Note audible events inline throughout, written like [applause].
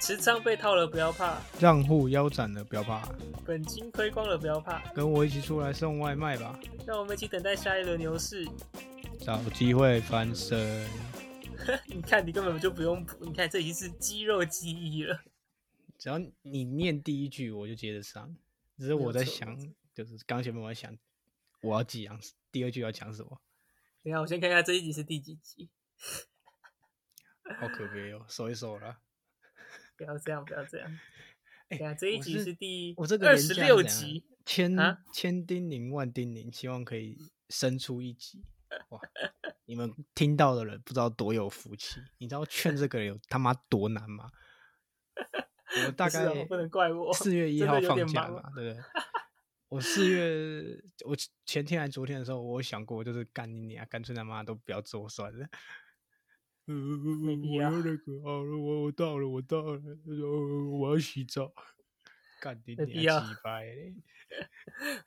持仓被套了不要怕，账户腰斩了，不要怕，本金亏光了不要怕，跟我一起出来送外卖吧，让我们一起等待下一轮牛市。 [laughs] 找机会翻身。你看，你根本就不用补，你看这已经是肌肉记忆了。只要你念第一句，我就接着上。只是我在想没有，就是刚前面我在想，我要讲第二句要讲什么，等一下，我先看一下这一集是第几集。好可悲哦，收一收了。不要这样，不要这样。 [laughs] 等哎一下，这一我集是是第我这个二廉十价六是怎样集。千啊千叮咛万叮咛，希望可以生出一集。哇，你们听到的人不知道多有福气，你知道劝这个人有他妈多难吗？我大不是概哦不能怪我四月一真的号有放点假忙嘛，对不对？我四月，我前天还昨天的时候，我有想过，就是干你娘，干脆他妈都不要做算了。呃，必我要要那个，好了，我我到了，我到了，呃我要洗澡。干你没必娘要鸡掰嘞！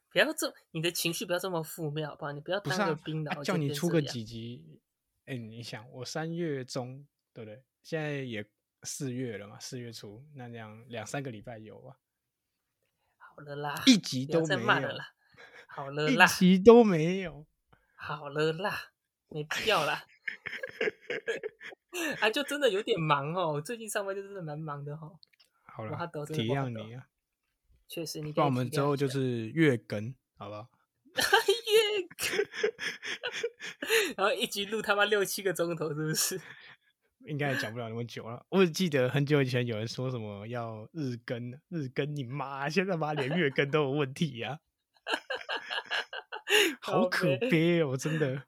不要这，你的情绪不要这么负面，好不好？你不要不是当个啊冰，啊岛、叫你出个，几集，哎、你想我三月中对不对？现在也四月了嘛，四月初，那这样两三个礼拜有啊，好了啦，一集不要都再没骂了有，啦，好了一啦，集都没有，好了啦，没必要啦。 [laughs] 啊，就真的有点忙哦，我最近上班就真的蛮忙的哦。好哇了他抖，真的体不好谅抖你啊，确实，你不帮然我们之后就是月更，好不好？哎然后一集录他妈六七个钟头，是不是？ [laughs] 应该也讲不了那么久了。我只记得很久以前有人说什么要日更，日更你妈！现在妈连月更都有问题 [laughs] 呀、好靠可北悲哦，真的。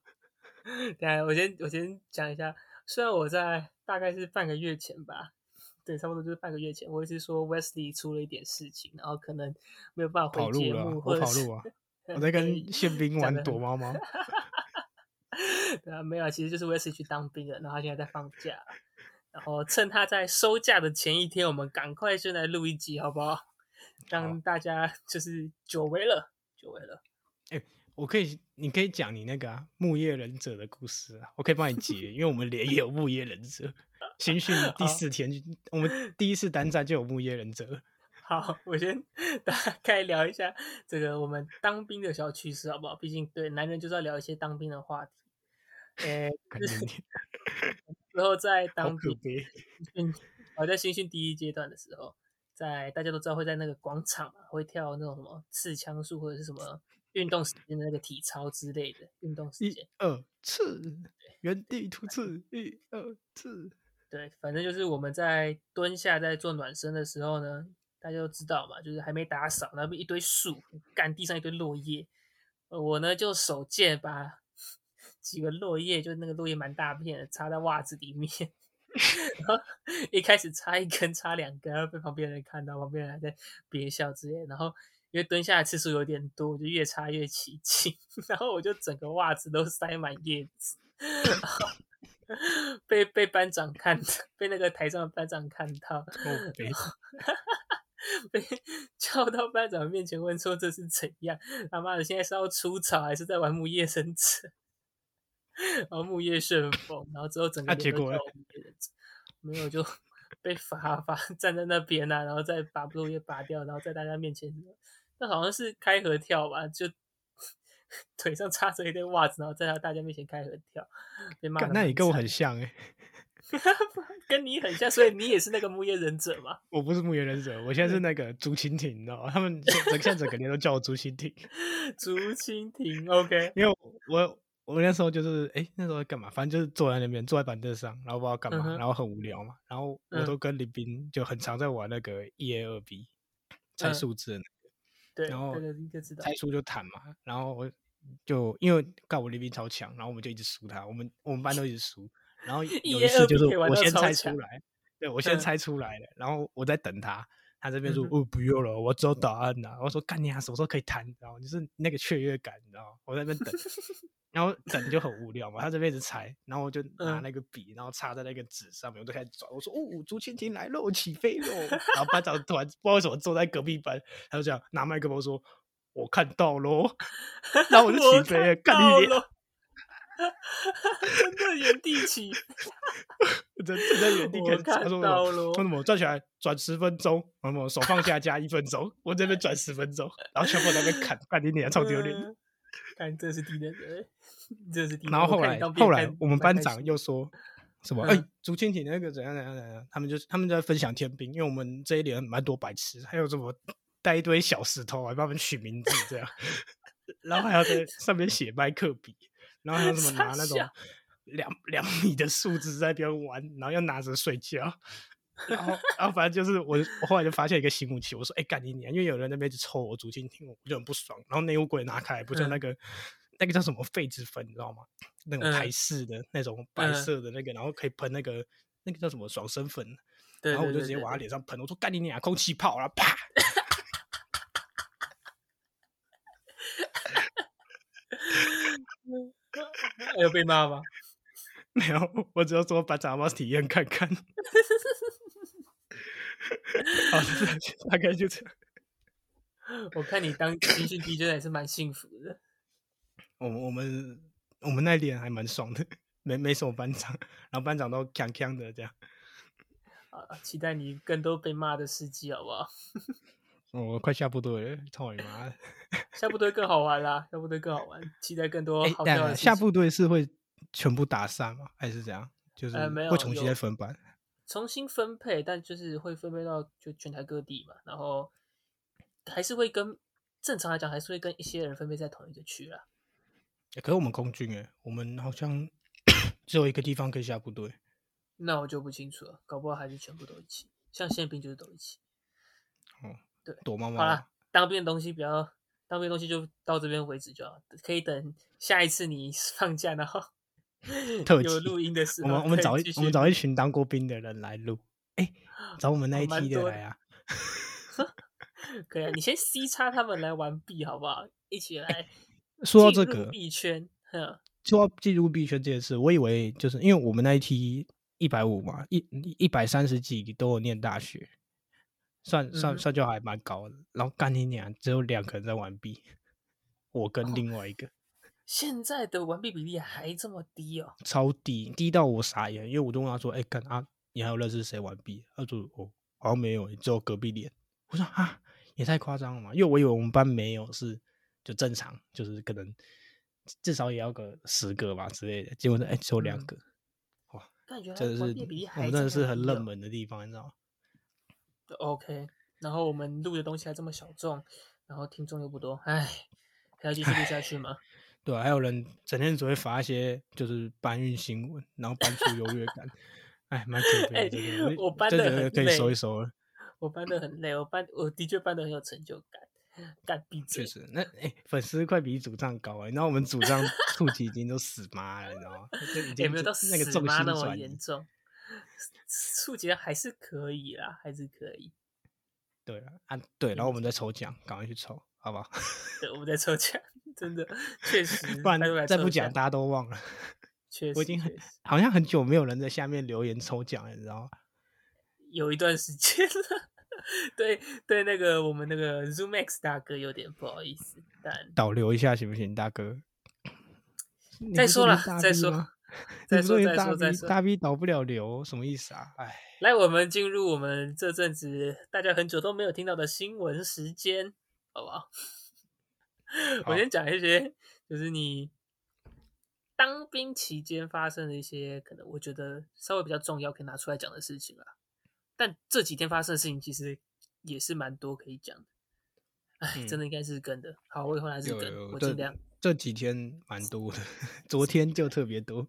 等一下我先我先讲一下，虽然我在大概是半个月前吧，对，差不多就是半个月前，我一直说 Wesley 出了一点事情，然后可能没有办法跑回路节了啊目，，我或者跑是 [laughs] 路啊！我在跟对宪兵讲玩得躲很 [laughs] 猫猫，对啊，没有啊，其实就是 Wesley 去当兵了，然后他现在在放假，然后趁他在收假的前一天，我们赶快先来录一集，好不好？让大家就是久违了，久违了。我可以，你可以讲你那个啊，木叶忍者的故事啊，我可以帮你解，因为我们连也有木叶忍者。[laughs] 新训第好四天，我们第一次单战就有木叶忍者了，好，我先 [laughs] 大概聊一下这个我们当兵的小趣事，好不好？毕竟对男人就是要聊一些当兵的话题。呃，感觉 [laughs] 你然后在好当可兵，悲。嗯，我在新训第一阶段的时候，在大家都知道会在那个广场嘛，会跳那种什么刺枪术或者是什么运动时间的那个体操之类的运动时间一。二次，原地突刺，一二 [laughs] 次，对，反正就是我们在蹲下在做暖身的时候呢，大家都知道嘛，就是还没打扫，那边一堆树，干地上一堆落叶，呃我呢就手贱把 [laughs] 几个落叶，就那个落叶蛮大片的，插在袜子里面。然后一开始插一根，插两根，然后被旁边人看到，旁边人还在憋笑之类的。然后因为蹲下的次数有点多，我就越插越起劲， [laughs] 然后我就整个袜子都塞满叶子，然后 [laughs] 被被班长看到，被那个台上的班长看到，哦，别被 [laughs] 叫到班长面前问说这是怎样？他妈的，现在是要出草还是在玩木叶生 [laughs] 子？然后木叶旋风，然后之后整个啊连结都果叫嘞我木叶忍者没有就 [laughs] 被罚罚站在那边啊，然后再把落叶拔掉，然后在大家面前，那好像是开合跳吧，就 [laughs] 腿上插着一堆袜子，然后在大家面前开合跳，被骂干得那蛮你跟我惨很像哎、 [laughs] 跟你很像，所以你也是那个木叶忍者嘛？ [laughs] 我不是木叶忍者，我现在是那个竹蜻蜓，你知道吗？他们现整现在整个年都叫我竹蜻蜓，竹蜻蜓，OK，因为我我那时候就是哎、诶那时候在干嘛？反正就是坐在那边，坐在板凳上，然后不知道干嗯嘛，哼然后很无聊嘛。然后我嗯都跟林斌就很常在玩那个一 A 二 B 嗯猜数字的那个，对，然后对对，你就知道。猜输就谈嘛，然后我就因为告我林斌超强，然后我们就一直输他，我们我们班都一直输，[laughs] 然后有一次 1A2B 就是可以玩我到先超猜出强来，对我先嗯猜出来了，然后我在等他，他这边说嗯哦不用了，我找答案呐，我说干你啊，什么时候可以谈？然后就是那个雀跃感，你知道吗？我在那 [laughs] 边等，然后等就很无聊嘛，他这边一直猜，然后我就拿嗯那个笔，然后插在那个纸上面，我就开始转，我说哦竹蜻蜓来喽，起飞喽，然后班长突然不知道为什么坐在隔壁班，他就这样拿麦克风说。我看到 [laughs] 喽，然后我就起飞了，干你到脸！ [laughs] 了真的原地起飞，站站在原地我开始看他说到我咯说什么转起来转十分钟，什么手放下加一分钟，我这边转十分钟，然后全部在那边砍，干你脸，超丢脸的。嗯。看，真的是低能儿，真的是低能然儿。后后我 [laughs] 看你来当兵后来看我们蛮班开长心又说什么？哎、嗯竹蜻蜓那个怎样怎样怎样？他们就是他们在分享天兵，因为我们这一连蛮多白痴，还有什么带一堆小石头，还啊帮他们取名字这样， [laughs] 然后还 [laughs] 要在上面写麦克笔，然后还有什么拿那种傻笑两两米的树枝在那边玩，然后要拿着睡觉。然后，然后反正就是我，我后来就发现一个新武器，我说：“哎、干你娘！”因为有人在那边一直抽我竹蜻蜓，我就很不爽。然后内务柜拿开来，不就嗯那个、那个叫什么痱子粉，你知道吗？那种台嗯式的、那种白嗯色的那个，然后可以喷那个那个叫什么爽身粉，对，然后我就对直接对 [laughs] 往他对脸上喷，我说：“干你娘！空气炮啦！”啪！ [laughs] 哎有被骂吗？没有，我只要说班长要不要体验看看。 [laughs] 好， [laughs] 大概就这样。我看你当军训 DJ 还是蛮幸福的。 [laughs] 我们我们我们那一年还蛮爽的，没没什么班长，然后班长都强强的这样。啊，期待你更多被骂的事迹，好不好？ [laughs] 哦我快下部队了，操你妈的！下部队更好玩啦，下部队更好玩，期待更多哎、好等一笑下的事下情部队是会全部打散吗？还是怎样？就是呃没有会重新有再分班？重新分配，但就是会分配到就全台各地嘛，然后还是会跟正常来讲还是会跟一些人分配在同一个区啦。欸可是我们空军哎、我们好像 [coughs] 只有一个地方可以下部队。那我就不清楚了，搞不好还是全部都一起，像宪兵就是都一起。哦，对躲猫猫好啊。啦，当兵的东西不要，当兵的东西就到这边为止就好，可以等下一次你 [laughs] 放假然后特有辑录音的时我候，们我们对找一继续我们找一群当过兵的人来录，哎、找我们那哦一蛮批的多来啊，可以啊，你先 C 叉他们来玩币好不好？一起来 [laughs] 说到进这入个币圈，哼，就要进入币圈这件事，我以为就是因为我们那一批一百五嘛，一一百三十几都有念大学，算嗯算哼算就还蛮高的。然后干你娘，只有两个人在玩币，我跟另外一个、现在的玩币比例还这么低哦，超低低到我傻眼，因为我就问他说：“哎、干啊，你还有认识谁玩币？”他说：“哦，好像没有，只有隔壁脸。”我说：“啊，也太夸张了嘛！”因为我以为我们班没有是就正常，就是可能至少也要个十个吧之类的。结果呢，哎、只有两嗯个。感觉真的是玩币比例我还们真的这是么很低冷哦门的地方，你知道吗？ OK，然后我们录的东西还这么小众，然后听众又不多，唉，还要继续录下去吗？ [laughs] 对啊、还有人整天只会发一些就是搬运新闻，然后搬出优越感，哎，蛮可悲哎的。真的我搬这得觉得很可以累收一收了，我搬的很累，我搬我的确搬的很有成就感，干闭嘴 [laughs] 确，实。那哎，粉丝快比主账高哎、然后我们主账触及已经都死妈了，你知道吗？就已经也没有就到那个死重妈心那么转移严。重，触及还是可以啦，还是可以。对啊，啊对，然后我嗯们再抽奖，赶快去抽，好不好？对，我们在抽奖，真的 [laughs] 确实，不然大家都来再抽不讲，奖大家都忘了。确实我已经很确实好像很久没有人在下面留言抽奖了，你知道吗？有一段时间了。 [laughs] 对对，那个我们那个 ZoomX 大哥有点不好意思，但导流一下行不行，大哥？你再不是说你了大再 V 说 [laughs] 吗再你不是说你再大说再 V- 说大 V 导不了流，什么意思啊？哎，来，我们进入我们这阵子大家很久都没有听到的新闻时间，好不好？ [laughs] 我好先讲一些，就是你当兵期间发生的一些可能我觉得稍微比较重要可以拿出来讲的事情啦。但这几天发生的事情其实也是蛮多可以讲的。哎，真的应该是跟的。好，我以后还是有跟，嗯有我这尽量。这几天蛮多的，昨天就特别多。哦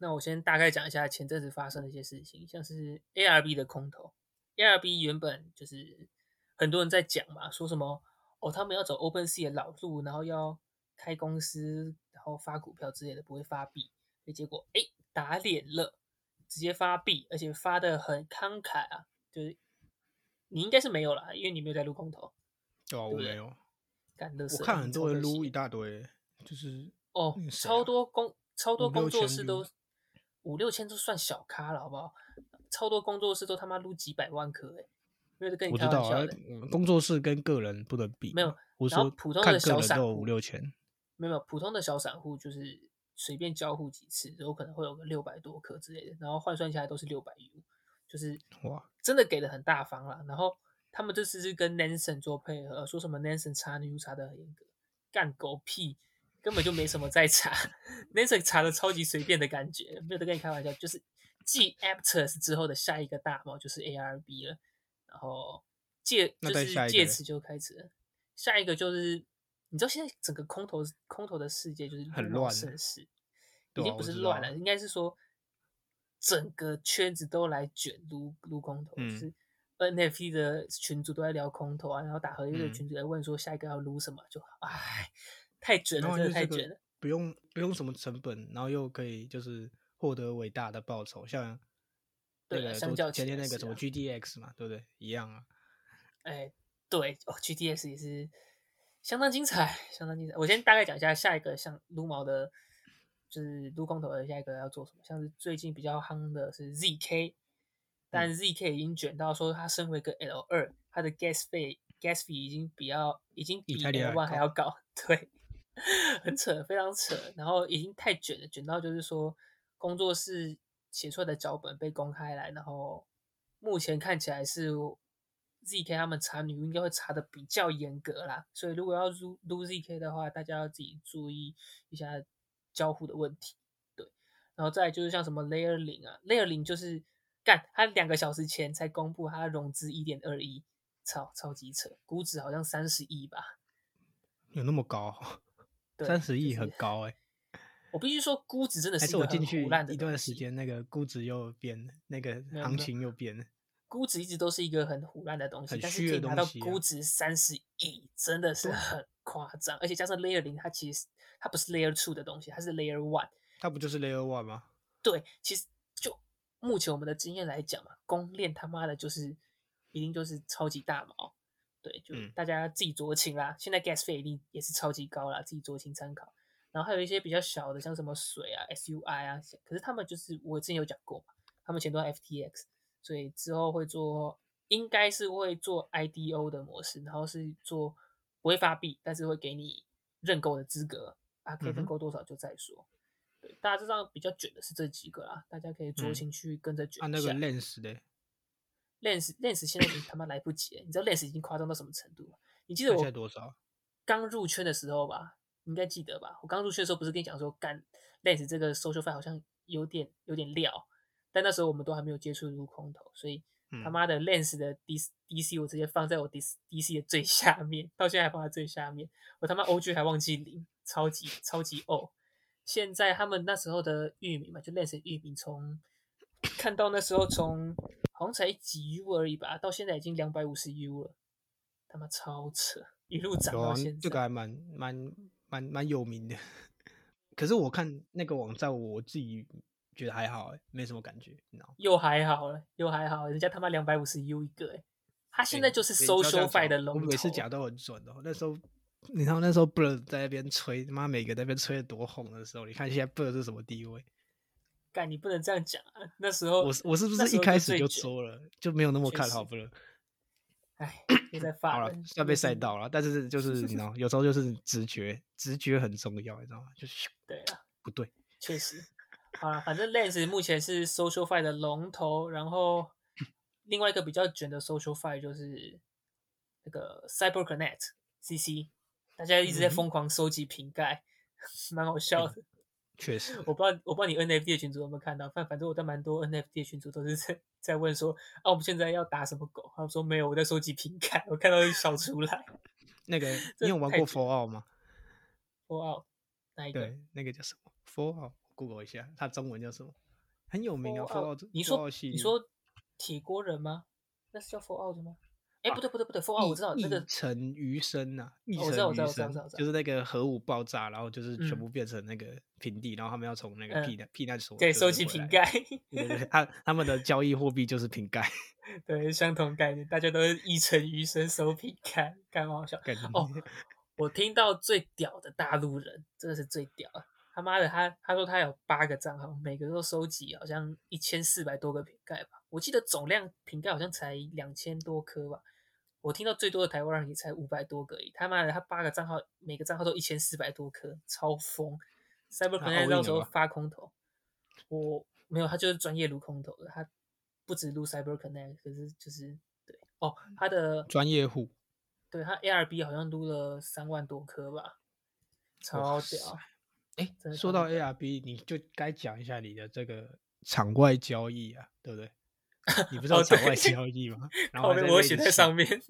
那我先大概讲一下前阵子发生的一些事情，像是 ARB 的空投，ARB 原本就是很多人在讲嘛，说什么哦，他们要走 OpenSea 的老路，然后要开公司，然后发股票之类的，不会发币，所以结果哎打脸了，直接发币，而且发的很慷慨啊，就是你应该是没有啦，因为你没有在录空投，对啊，我对不没对有，干乐我看很多人撸一大。大堆，就是哦那个，谁超啊多工超多五六工作千室撸都五六千就算小咖了，好不好？超多工作室都他妈撸几百万颗哎、欸，没有在跟你我知开玩道笑啊的，，嗯工作室跟个人不能比嘛。没有我然后说普通看的个小人散都有户五六千，没有没有普通的小散户就是随便交互几次，有可能会有个六百多颗之类的，然后换算下来都是六百 U，就是哇，真的给的很大方啦。然后他们这次是跟 Nansen 做配合，呃说什么 Nansen 查 New 查的很严格，干狗屁，根本就没什么在查，Nansen 查的超级随便的感觉，没有在跟你开玩笑，就是继 Aptos 之后的下一个大猫就是 ARB 了，然后借那就再是下一个借嘞此就开始了，下一个就是你知道现在整个空投空投的世界就是很如芒乱盛世，已对经啊不我是知乱道了，应该是说整个圈子都来卷撸撸空投，就嗯是 NFT 的群主都在聊空投啊，然后打合约的嗯群主在问说下一个要撸什么，就唉，太卷然了，后哎真的就太是个卷了。不用不用什么成本，然后又可以就是获得伟大的报酬，像对那啊个相昨较前起天来那个是什么啊 GDX 嘛，对不对？一样啊，哎，对哦，GTS 也是相当精彩，相当精彩。我先大概讲一下下一个像撸毛的，就是撸空头的下一个要做什么，像是最近比较夯的是 ZK，但 ZK 已经卷到说他身为一个 L 二，他的 gas 费 gas 费已经比较已经比比 Tally L one 还还要高， [laughs] 对，很扯，非常扯。然后已经太卷了，卷到就是说工作室写出来的脚本被公开来，然后目前看起来是 ZK 他们查女巫应该会查的比较严格啦，所以如果要撸撸 ZK 的话，大家要自己注意一下交互的问题。对，然后再来就是像什么 Layer 零啊，Layer 零就是干，他两个小时前才公布他融资一点二亿，超超级扯，估值好像三十亿吧。有那么高？ [laughs] 对三十亿就是很高哎、我必须说，估值真的还是一我个很进去胡乱的一段东时西，间，那个估值又变了，那个有行没有情又变了，估值一直都是一个很胡乱的东西，很但是虚可以的拿到东西啊估值三十亿，真的是很夸张。而且加上 Layer 零，它其实它不是 Layer Two 的东西，它是 Layer One。它不就是 Layer One 吗？对，其实就目前我们的经验来讲嘛，公链他妈的就是一定就是超级大毛，对，就嗯大家自己酌情啦。现在 gas 费一定也是超级高啦，自己酌情参考。然后还有一些比较小的，像什么水啊、SUI 啊，可是他们就是我之前有讲过嘛，他们前端 FTX，所以之后会做，应该是会做 IDO 的模式，然后是做不会发币，但是会给你认购的资格啊，可以认嗯哼购多少就再说。对，大致上比较卷的是这几个啦，大家可以酌嗯情去跟着卷按、一那下。个 Lens 的， Lens Lens 现在已经他妈来不及了，你知道 Lens 已经夸张到什么程度吗？你记得那现在我多少？啊刚入圈的时候吧，你应该记得吧？我刚入圈的时候不是跟你讲说，干 Lens 这个 social f i 好像有点有点料，但那时候我们都还没有接触入空投，所以他嗯妈的 Lens 的 D DC 我直接放在我 D DC 的最下面，到现在还放在最下面，我他妈 OG 还忘记零，超级超级呕。现在他们那时候的域名嘛，就 Lens 的域名从看到那时候从好像才几 U 而已吧，到现在已经两百五十 U 了，他妈超扯，一路涨有啊到现，这在。个还蛮蛮蛮蛮有名的。 [laughs] 可是我看那个网站，我自己觉得还好、欸，没什么感觉，你知道吗？又还好了，又还好，人家他妈两百五十 U 一个、欸，他现在就是欸你知道这 social 样 f i 讲的我龙头。每次讲都很准哦。那时候，你看那时候 Blur 在那边吹，他妈每个在那边吹的多红的时候，你看现在 Blur 是什么地位？干，你不能这样讲啊！那时候我是我是不那是时一候开就始最就卷说了，就没有那么确看实好 Blur？哎，又在 [coughs] 好发了文，，要被晒晒。到了，但 [laughs] 是就是你知道，有时候就是直觉，直觉很重要，你知道吗？就是咻对啊，不对，确实。好了，反正 Lens 目前是 social f i 的龙头，然 [coughs] 后另外一个比较卷的 social f i 就是那个 Cyber Connect CC，大家一直在嗯哼嗯疯狂收集瓶盖， [laughs] 蛮好笑的。确实，我不知道，我不知道你 NFT 的群组有没有看到，反反正我在蛮多 NFT 的群组都是在在问说，啊，我们现在要打什么狗？他们说没有，我在收集瓶盖，我看到就笑出来。 [laughs] 那个这你有玩太过卷 For All 吗？哇，哪一个对，那个叫什么 For All，Google 一下，它中文叫什么？很有名啊，For Fallout All，你 For 说 All 系你列说铁锅人吗？那是叫 For Out 吗？哎，啊不对不对不对，For Out 我知道那个哦一城余生呐、啊，一我知道我城余知道我知道生我知道我知道就是那个核武爆炸，然后就是全嗯部变成那个平地，然后他们要从那个嗯避难、避难所对就是收集回来瓶盖，， [laughs] 对对对，他他们的交易货币就是瓶盖，对，相同概念，大家都是一成余生收瓶盖，干嘛好笑？感觉哦我听到最屌的大陆人，真的是最屌的。他妈的，他他说他有八个账号，每个都收集好像一千四百多个瓶盖吧。我记得总量瓶盖好像才两千多颗吧。我听到最多的台湾人也才五百多个而已。他妈的，他八个账号，每个账号都一千四百多颗，超疯！ Cyber p l a 到时候发空投，我没有，他就是专业撸空投的，他不止撸 Cyber Connect，可是就是对哦，他的专业户，对他 ARB 好像撸了三万多颗吧，超屌哇塞！哎真，的说超到 ARB，你就该讲一下你的这个场外交易啊，对不对？你不是哦有场对外交易 [laughs] 吗？然后靠还背我在那有里写在洗上。面。 [laughs]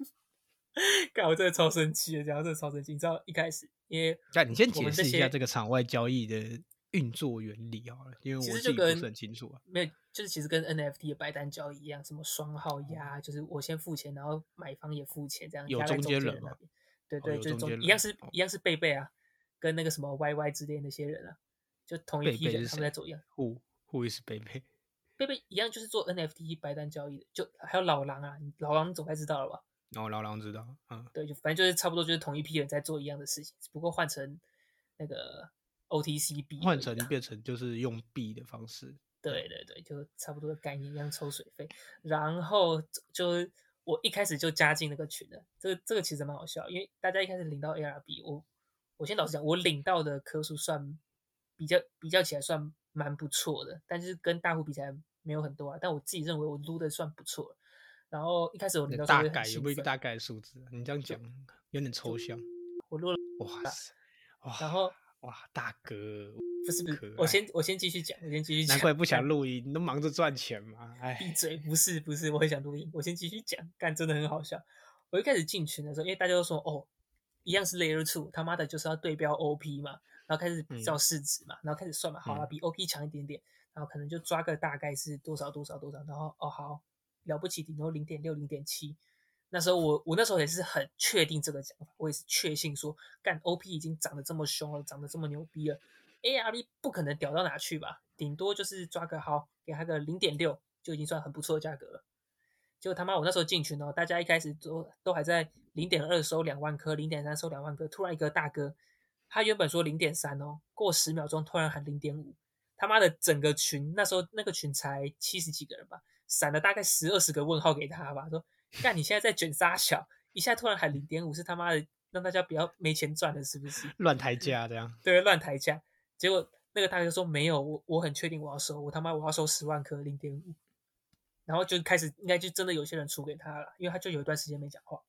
干，我真的超生气的，讲到这个超生气。你知道一开始，因为但你先我解们释一些下这个场外交易的运作原理好了，因为我其自实就己不跟是很清楚啊。没有，就是其实跟 NFT 的白单交易一样，什么双号押，就是我先付钱，然后买方也付钱，这样哦有压在中中间间人那吗边。对哦对，有就是中中间一人样是哦一样是贝贝啊，跟那个什么 YY 之类那些人啊，就同一贝批贝人，是他们在谁走一样。护护是贝贝，贝贝一样就是做 NFT 白单交易的，就还有老狼啊，老狼你总该知道了吧？然后老狼知道，嗯，对，就反正就是差不多就是同一批人在做一样的事情，只不过换成那个 OTC B 换成变成就是用币的方式，对对对，就差不多的概念一样抽水费。然后就我一开始就加进那个群了，这个这个其实蛮好笑，因为大家一开始领到 ARB，我我先老实讲，我领到的颗数算比较比较起来算蛮不错的，但是跟大户比起来没有很多啊，但我自己认为我撸的算不错了。然后一开始我领哦到的时候就大很概有兴没有一个奋大概的数字啊？你这样讲有点抽象。我落哇塞，哇，然后哇大哥，不是不可是，我爱先我先继续讲，我先继续讲，难怪不想干录音，你都忙着赚钱嘛，闭哎，嘴！不是不是，我很想录音，我先继续讲，干真的很好笑。我一开始进群的时候，因为大家都说哦，一样是 Layer Two，他妈的就是要对标 OP 嘛，然后开始比较市值嘛，然后开始算嘛，好了，嗯比 OP 强一点点，然后可能就抓个大概是多少多少多少，然后哦好，了不起顶多零点六零点七。那时候我我那时候也是很确定这个讲法，我也是确信说，干 OP 已经涨得这么凶了，涨得这么牛逼了，ARB 不可能屌到哪去吧，顶多就是抓个好，给他个零点六就已经算很不错的价格了。结果他妈我那时候进群哦，大家一开始都都还在零点二收两万颗，零点三收两万颗，突然一个大哥，他原本说零点三哦，过十秒钟突然喊零点五，他妈的整个群那时候那个群才七十几个人吧，闪了大概十二十个问号给他吧，说干你现在在卷沙小，一下突然喊零点五是他妈的让大家不要没钱赚了是不是？乱抬价 [laughs] 这样，对，乱抬价。结果那个大哥说没有，我我很确定我要收，我他妈我要收十万颗零点五，然后就开始应该就真的有些人出给他了，因为他就有一段时间没讲话，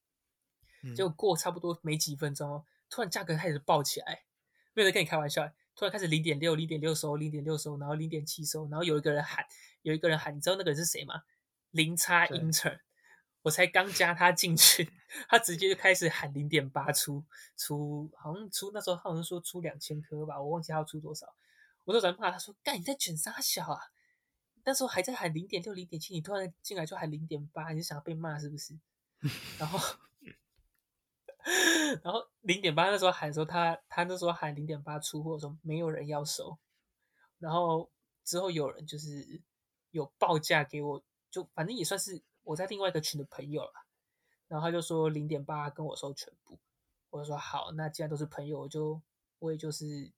嗯结果过差不多没几分钟哦，突然价格开始爆起来，没有在跟你开玩笑欸，突然开始零点六、零点六收、零点六收，然后零点七收，然后有一个人喊，有一个人喊，你知道那个人是谁吗？零差谁 intern，我才刚加他进去，他直接就开始喊零点八出出，好像出那时候他好像说出两千颗吧，我忘记他要出多少。我都转骂他说：“干，你在卷啥小啊？那时候还在喊零点六、零点七，你突然进来就喊零点八，你是想要被骂是不是？” [laughs] 然后，然后零点八那时候喊的时候，他他那时候喊零点八出货的时候，没有人要收。然后之后有人就是有报价给我，就反正也算是我在另外一个群的朋友了。然后他就说零点八跟我收全部，我就说好，那既然都是朋友，我就我也就是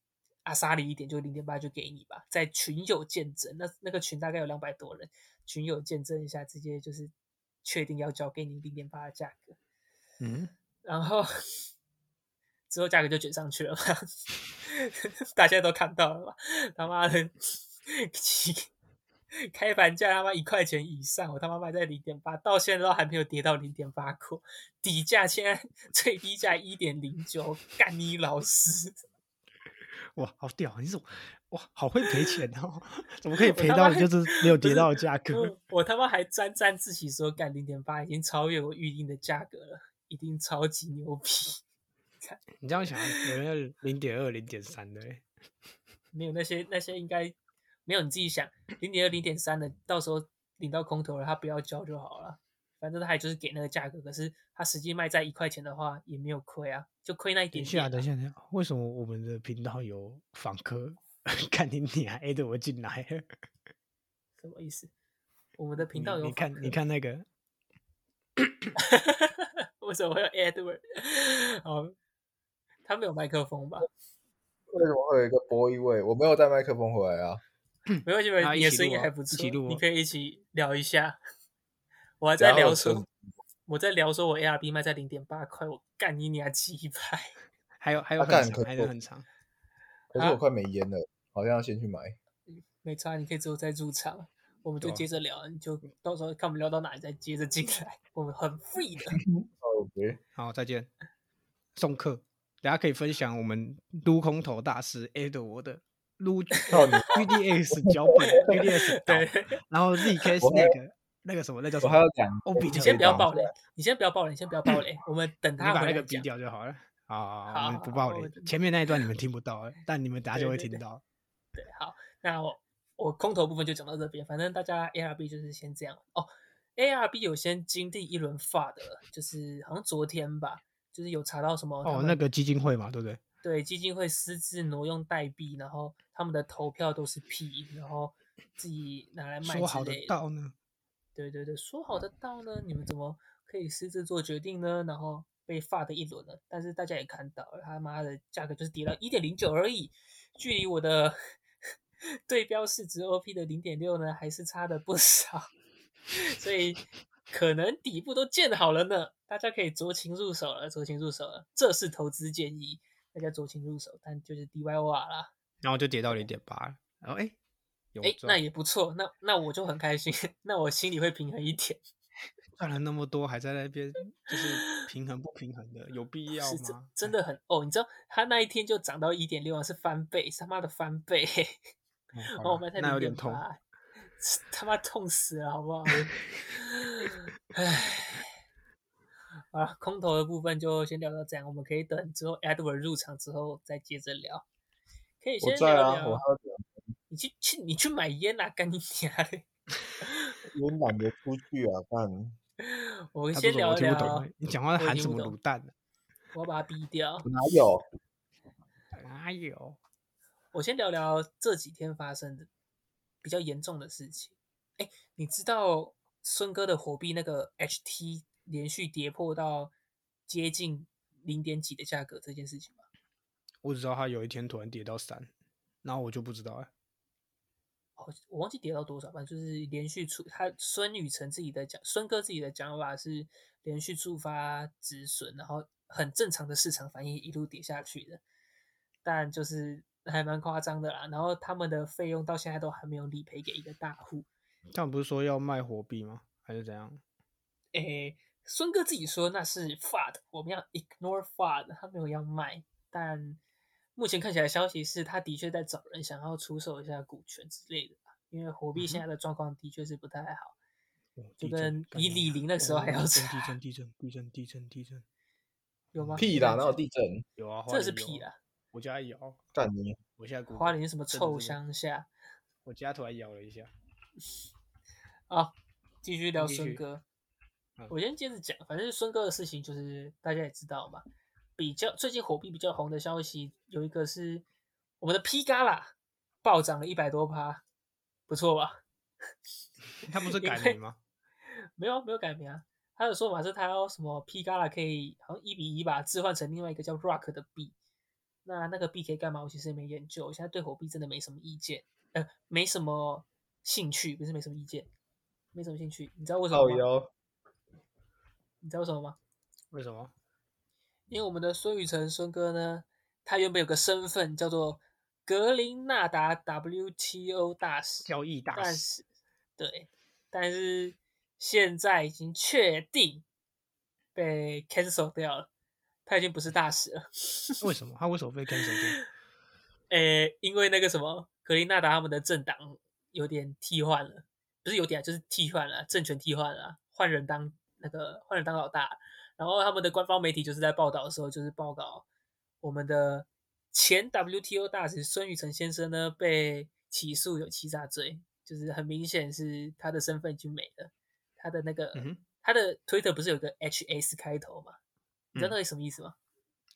阿莎里一点，就零点八就给你吧，在群友见证，那那个群大概有两百多人，群友见证一下，直接就是确定要交给你零点八的价格，嗯，然后之后价格就卷上去了嘛， [laughs] 大家都看到了嘛，他妈的，起开盘价他妈一块钱以上，我他妈卖在零点八，到现在都还没有跌到零点八过，底价现在最低价一点零九，干你老师！哇，好屌，啊你怎么哇，好会赔钱哦， [laughs] 怎么可以我赔他到妈你就是没有不跌是到的价格我？嗯我他妈还沾沾自喜说，干零点八已经超越我预定的价格了，一定超级牛逼。你这样想，有人零点二、零点三的欸，没有那些那些应该没有你自己想零点二、零点三的，到时候领到空头了，他不要交就好了。反正他也就是给那个价格，可是他实际卖在一块钱的话也没有亏啊，就亏那一等点一下，点等啊。一下，等一下，为什么我们的频道有访客？ [laughs] 看你你还 A 的我进来了，什么意思？我们的频你道有你访看你客，看那个， [laughs] 为什么会有 Edward？哦，他没有麦克风吧？为什么会有一个播音位？我没有带麦克风回来啊。没关系，没关啊系，你一的起声录音啊还不一错起录，你啊可以一起聊一下。 [laughs] 我还在然后聊陈说，我在聊说我 ARB 卖在零点八块，我干你娘鸡排！还有还有啊很干长，可还是有我很长，可是我快没烟了，好像要先去买。没差，你可以之后再入场，我们就对啊接着聊，你就到时候看我们聊到哪里再接着进来，我们很 free [laughs] 的。哦，别，好，再见，送客。大家可以分享我们撸空头大师 Edward 撸 [laughs] UDS 脚本 UDS 对岛，，然后 ZK 我还 Snake 那个什么，那叫什我么还有两， ？OB 你的先味不要啊道爆雷，你先不要爆雷，你先不要爆雷，我们等你他把回那来个逼讲。掉就好了。啊，好我们不好爆好雷我，知前面那一段你们听不到，但你们等下对就会对听对到。对，好，那我我空头部分就讲到这边，反正大家 ARB 就是先这样哦。ARB 有先经历一轮 FUD，了就是好像昨天吧，就是有查到什么他哦，们那个基金会嘛，对不对？对基金会私自挪用代币，然后他们的投票都是 P，然后自己拿来卖说好之的类的。道呢？对对对，说好的到呢，你们怎么可以私自做决定呢？然后被发的一轮了，但是大家也看到了，他妈的价格就是跌到一点零九而已，距离我的 [laughs] 对标市值 OP 的零点六呢，还是差的不少， [laughs] 所以可能底部都建好了呢，大家可以酌情入手了，酌情入手了，这是投资建议，大家酌情入手，但就是 DYOR 啦。然后就跌到零点八了。然后哎，有哎，那赚也不错，那那我就很开心， [laughs] 那我心里会平衡一点。赚了那么多，还在那边就是平衡不平衡的，有 [laughs] 必要是真吗？真哎的很哦，你知道它那一天就涨到一点六啊，是翻倍，是他妈的翻倍，哦然好啊后我啦们才那有零点点痛。八，是他妈痛死了，好不好？唉，好了，空头的部分就先聊到这样，我们可以等之后 Edward 入场之后再接着聊，可以我先在聊啊，聊。我还有两，你去去你去买烟啦、干你娘嘞！ [laughs] 我懒得出去啊，干。我们他先说什么聊一我听不聊啊懂，，你讲话我含听什不么懂卤蛋呢？我要把它逼掉。哪有？哪有？我先聊聊这几天发生的比较严重的事情。哎，你知道孙哥的火币那个 HT 连续跌破到接近零点几的价格这件事情吗？我只知道他有一天突然跌到三，然后我就不知道哎。哦，我忘记跌到多少，反正就是连续触。他孙宇晨自己的讲，孙哥自己的讲法是连续触发止损，然后很正常的市场反应一路跌下去的，但就是还蛮夸张的啦。然后他们的费用到现在都还没有理赔给一个大户。他们不是说要卖火币吗？还是怎样？诶，孙哥自己说那是 FUD，我们要 ignore FUD，他没有要卖，但目前看起来消息是他的确在找人想要出售一下股权之类的吧，因为嗯火币现在的状况的确是不太好。哦就地震跟干比你李娘宁那时候哦还要地震惨地震地震地震地震地震，有吗？屁啦，哪有地震？有啊，花这是莲有屁啊！啦！我家有，干你！我现在 Google，花莲什么真的臭真的乡下我家突然摇了一下。啊？继续聊继孙续哥嗯，我先接着讲，反正孙哥的事情就是大家也知道嘛，比较最近火币比较红的消息有一个是我们的 P 嘎啦暴涨了一百多趴，不错吧？他不是因改为名吗？没有啊没有改名啊，他的说法是他要什么 P Gala 可以好像一比一吧置换成另外一个叫 Rock 的币，那那个币可以干嘛？我其实也没研究，我现在对火币真的没什么意见，呃，没什么兴趣，不是没什么意见，没什么兴趣。你知道为什靠哦么吗？腰，你知道为什么吗？为什么？因为我们的孙宇晨孙哥呢，他原本有个身份叫做格林纳达 WTO 大使，交易大但师是，对，但是现在已经确定被 cancel 掉了，他已经不是大使了。为什么他为什么被 cancel 掉？诶，因为那个什么格林纳达他们的政党有点替换了，不是有点啊，就是替换了，政权替换了，换人当那个换人当老大。然后他们的官方媒体就是在报道的时候，就是报道我们的前 WTO 大使孙宇晨先生呢被起诉有欺诈罪，就是很明显是他的身份已经没了，他的那个、嗯哼，他的推特不是有个 HS 开头嘛？你知道嗯那个什么意思吗？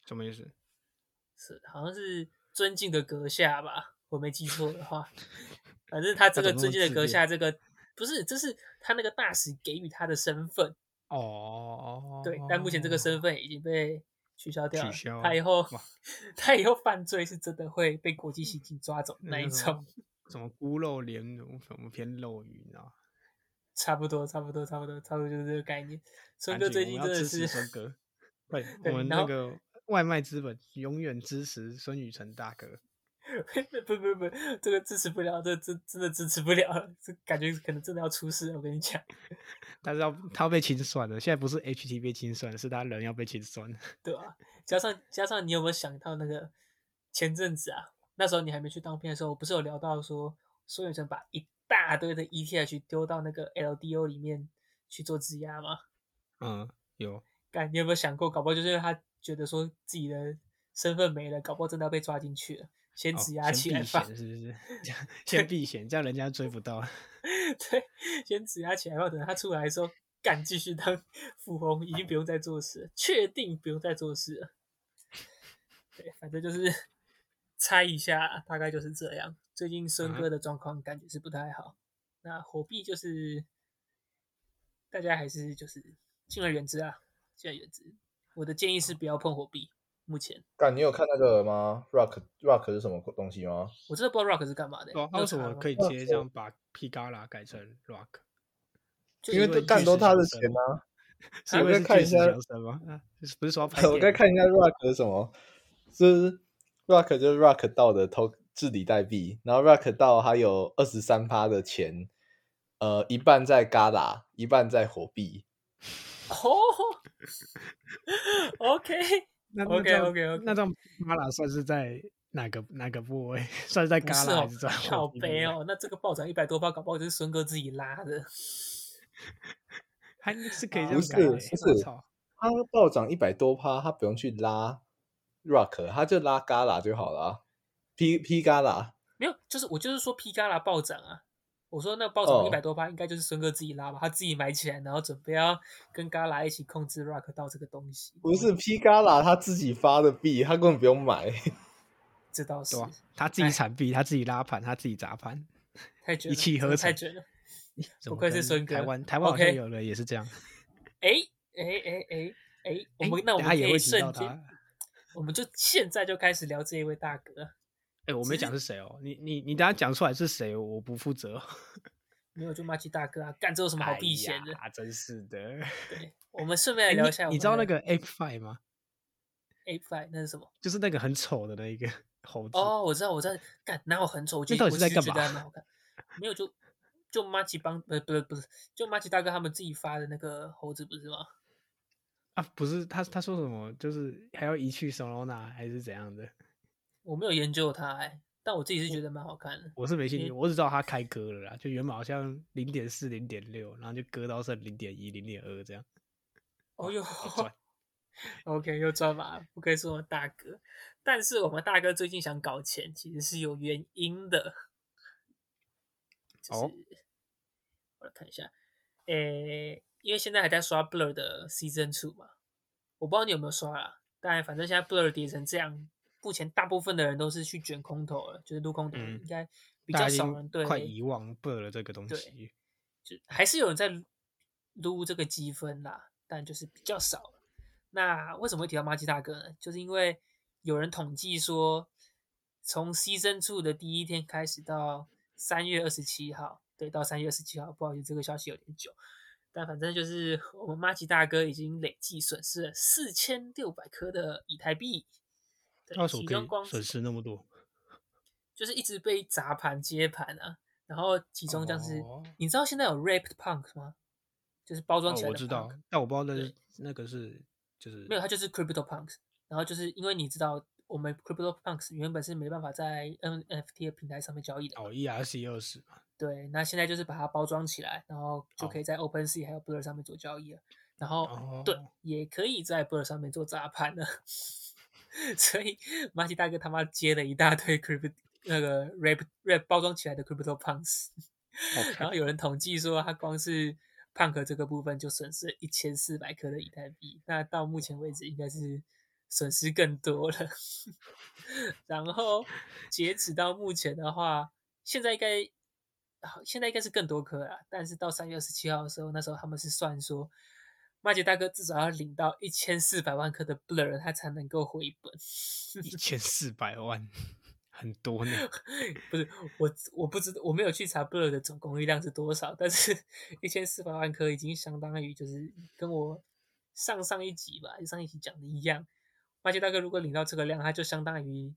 什么意思？是好像是尊敬的阁下吧，我没记错的 [laughs] 话。反正他这个他怎么那么尊敬的自阁恋下，这个不是，这是他那个大使给予他的身份。哦，对，但目前这个身份已经被取消掉取了。消他以后哇他以后犯罪是真的会被国际刑警抓走那一个什种么。什么孤陋连奴，什么偏漏语，你知道吗？差不多，差不多，差不多，差不多就是这个概念。孙安哥静最我近们真要的支是持孙哥，快，我 [laughs] 对们然那后个外卖资本永远支持孙宇晨大哥。 [laughs] 不不不，这个支持不了，这这真的支持不了，这感觉可能真的要出事了。我跟你讲，但是要他要被清算的，现在不是 HT 被清算，是他人要被清算。对吧、加上加上，你有没有想到那个前阵子啊？那时候你还没去当兵的时候，我不是有聊到说，苏远成把一大堆的 ETH 丢到那个 LDO 里面去做质押吗？嗯，有干，你有没有想过，搞不好就是他觉得说自己的身份没了，搞不好真的要被抓进去了，先哦质押起先来避放。嫌是不是？ [laughs] 这样先避嫌，这样人家追不到。对，先指压起来，然后等他出来的时候，干继续当 [laughs] 富翁，已经不用再做事了，确定不用再做事了。对，反正就是 [laughs] 猜一下，大概就是这样。最近孙啊哥的状况感觉是不太好，那火币就是大家还是就是敬而远之啊，敬而远之。我的建议哦是不要碰火币，目前干，你有看那个吗？Rock Rock 是什么东西吗？我真的不知道 Rock 是干嘛的、欸。哦，他为什么可以？以直接这样把 p i g a l a 改成 Rock？就因为这巨干都石他的强森钱吗啊！是我因为再是看巨一石下强森吗？啊不是说要拍我电该影看一下 Rock 是什么，就是 Rock 就是 Rock 到的投治理代币，然后 Rock 到还有二十三趴的钱，呃，一半在 Gala，一半在火币。 [laughs] 哦 [laughs] ，OK。那 OK，那 OK，OK 那这样马拉算是在哪个哪个部位？算是在不旮是旯哦还是在，靠背哦？哦，那这个暴涨一百多趴，搞不好就是孙哥自己拉的。还是可以这不样改的欸，是不我是操它暴涨一百多趴，它不用去拉 Rock，它就拉 Gala 就好了啊。P P Gala 没有，就是我就是说皮卡拉暴涨啊。我说那暴涨一哦百多趴，应该就是孙哥自己拉吧，他自己买起来，然后准备要跟嘎啦一起控制 Rock 到这个东西。不是 P Gala，他自己发的币，他根本不用买。这倒是对啊吧？他自己铲币，他自己拉盘，他自己砸盘，太绝了，一气真呵的太成绝了。怎不么愧是跟孙台哥湾台湾好像 OK 有人也是这样。哎哎哎哎哎，我诶们那我们等下可也以会提到瞬他间，。我们就现在就开始聊这一位大哥。哎，我没讲是谁哦，你你你等下讲出来是谁，我不负责哦。没有就骂起大哥啊，干这有什么好哎避嫌的？呀真是的。对，我们顺便来哎聊你一下我你们知道那的个 Ape Five 吗？ A Five 那是什么？就是那个很丑的那一个 [laughs] 猴子。哦，我知道，我知道，干，哪有很丑？我那就到我底是在其实干觉嘛得还蛮好看，没有就就马奇帮，呃，不是不是，就马奇大哥他们自己发的那个猴子不是吗？啊，不是他他说什么，就是还要移去 Solana 还是怎样的？我没有研究它、哎，但我自己是觉得蛮好看的。我是没兴趣，你我只知道他开割了啦，就原本好像零点四、零点六，然后就割到剩零点一、零点二 [laughs] 这样。哦 [laughs] 哟好赚，OK，又赚吧，不愧是我们大哥。但是我们大哥最近想搞钱，其实是有原因的。就是、哦我来看一下，诶、因为现在还在刷 Blur 的 Season Two 嘛，我不知道你有没有刷啦。但反正现在 Blur 跌成这样，目前大部分的人都是去卷空头了，就是撸空头，嗯应该比大家较已少经人对快遗忘不了这个东对西。就还是有人在撸这个积分啦，但就是比较少了。那为什么会提到马吉大哥呢？就是因为有人统计说，从 Season Two 的第一天开始到三月二十七号，对，到三月二十七号，不好意思，这个消息有点久，但反正就是我们马吉大哥已经累计损失了四千六百颗的以太币，对二手其可中以光损失那么多，就是一直被砸盘接盘啊。然后其中像是、哦你知道现在有 raped punk 吗？就是包装哦起来我的 punk、知道，但我不知道那对是那个是就是没有，它就是 crypto punks。然后就是因为你知道，我们 crypto punks 原本是没办法在 NFT 的平台上面交易的嘛，哦 ERC 二十嘛，对，那现在就是把它包装起来，然后就哦可以在 OpenSea 还有 Blur 上面做交易了。然后、哦对，也可以在 Blur 上面做砸盘了。 [laughs] 所以马奇大哥他妈接了一大堆 [laughs] crypto 那个 rap rap 包装起来的 crypto punks，然后 [laughs] 有人统计说他光是 punk 这个部分就损失一千四百颗的以太币，那到目前为止应该是损失更多了。 [laughs] 然后截止到目前的话，现在应该好现在应该是更多颗啦，但是到三月二十七号的时候，那时候他们是算说，马姐大哥至少要领到一千四百万颗的 blur，他才能够回本。 [laughs] 一千四百万， [laughs] 很多呢。不是我，我不知我没有去查 blur 的总功率量是多少，但是 [laughs] 一千四百万颗已经相当于就是跟我上上一集吧，上一集讲的一样。马姐大哥如果领到这个量，他就相当于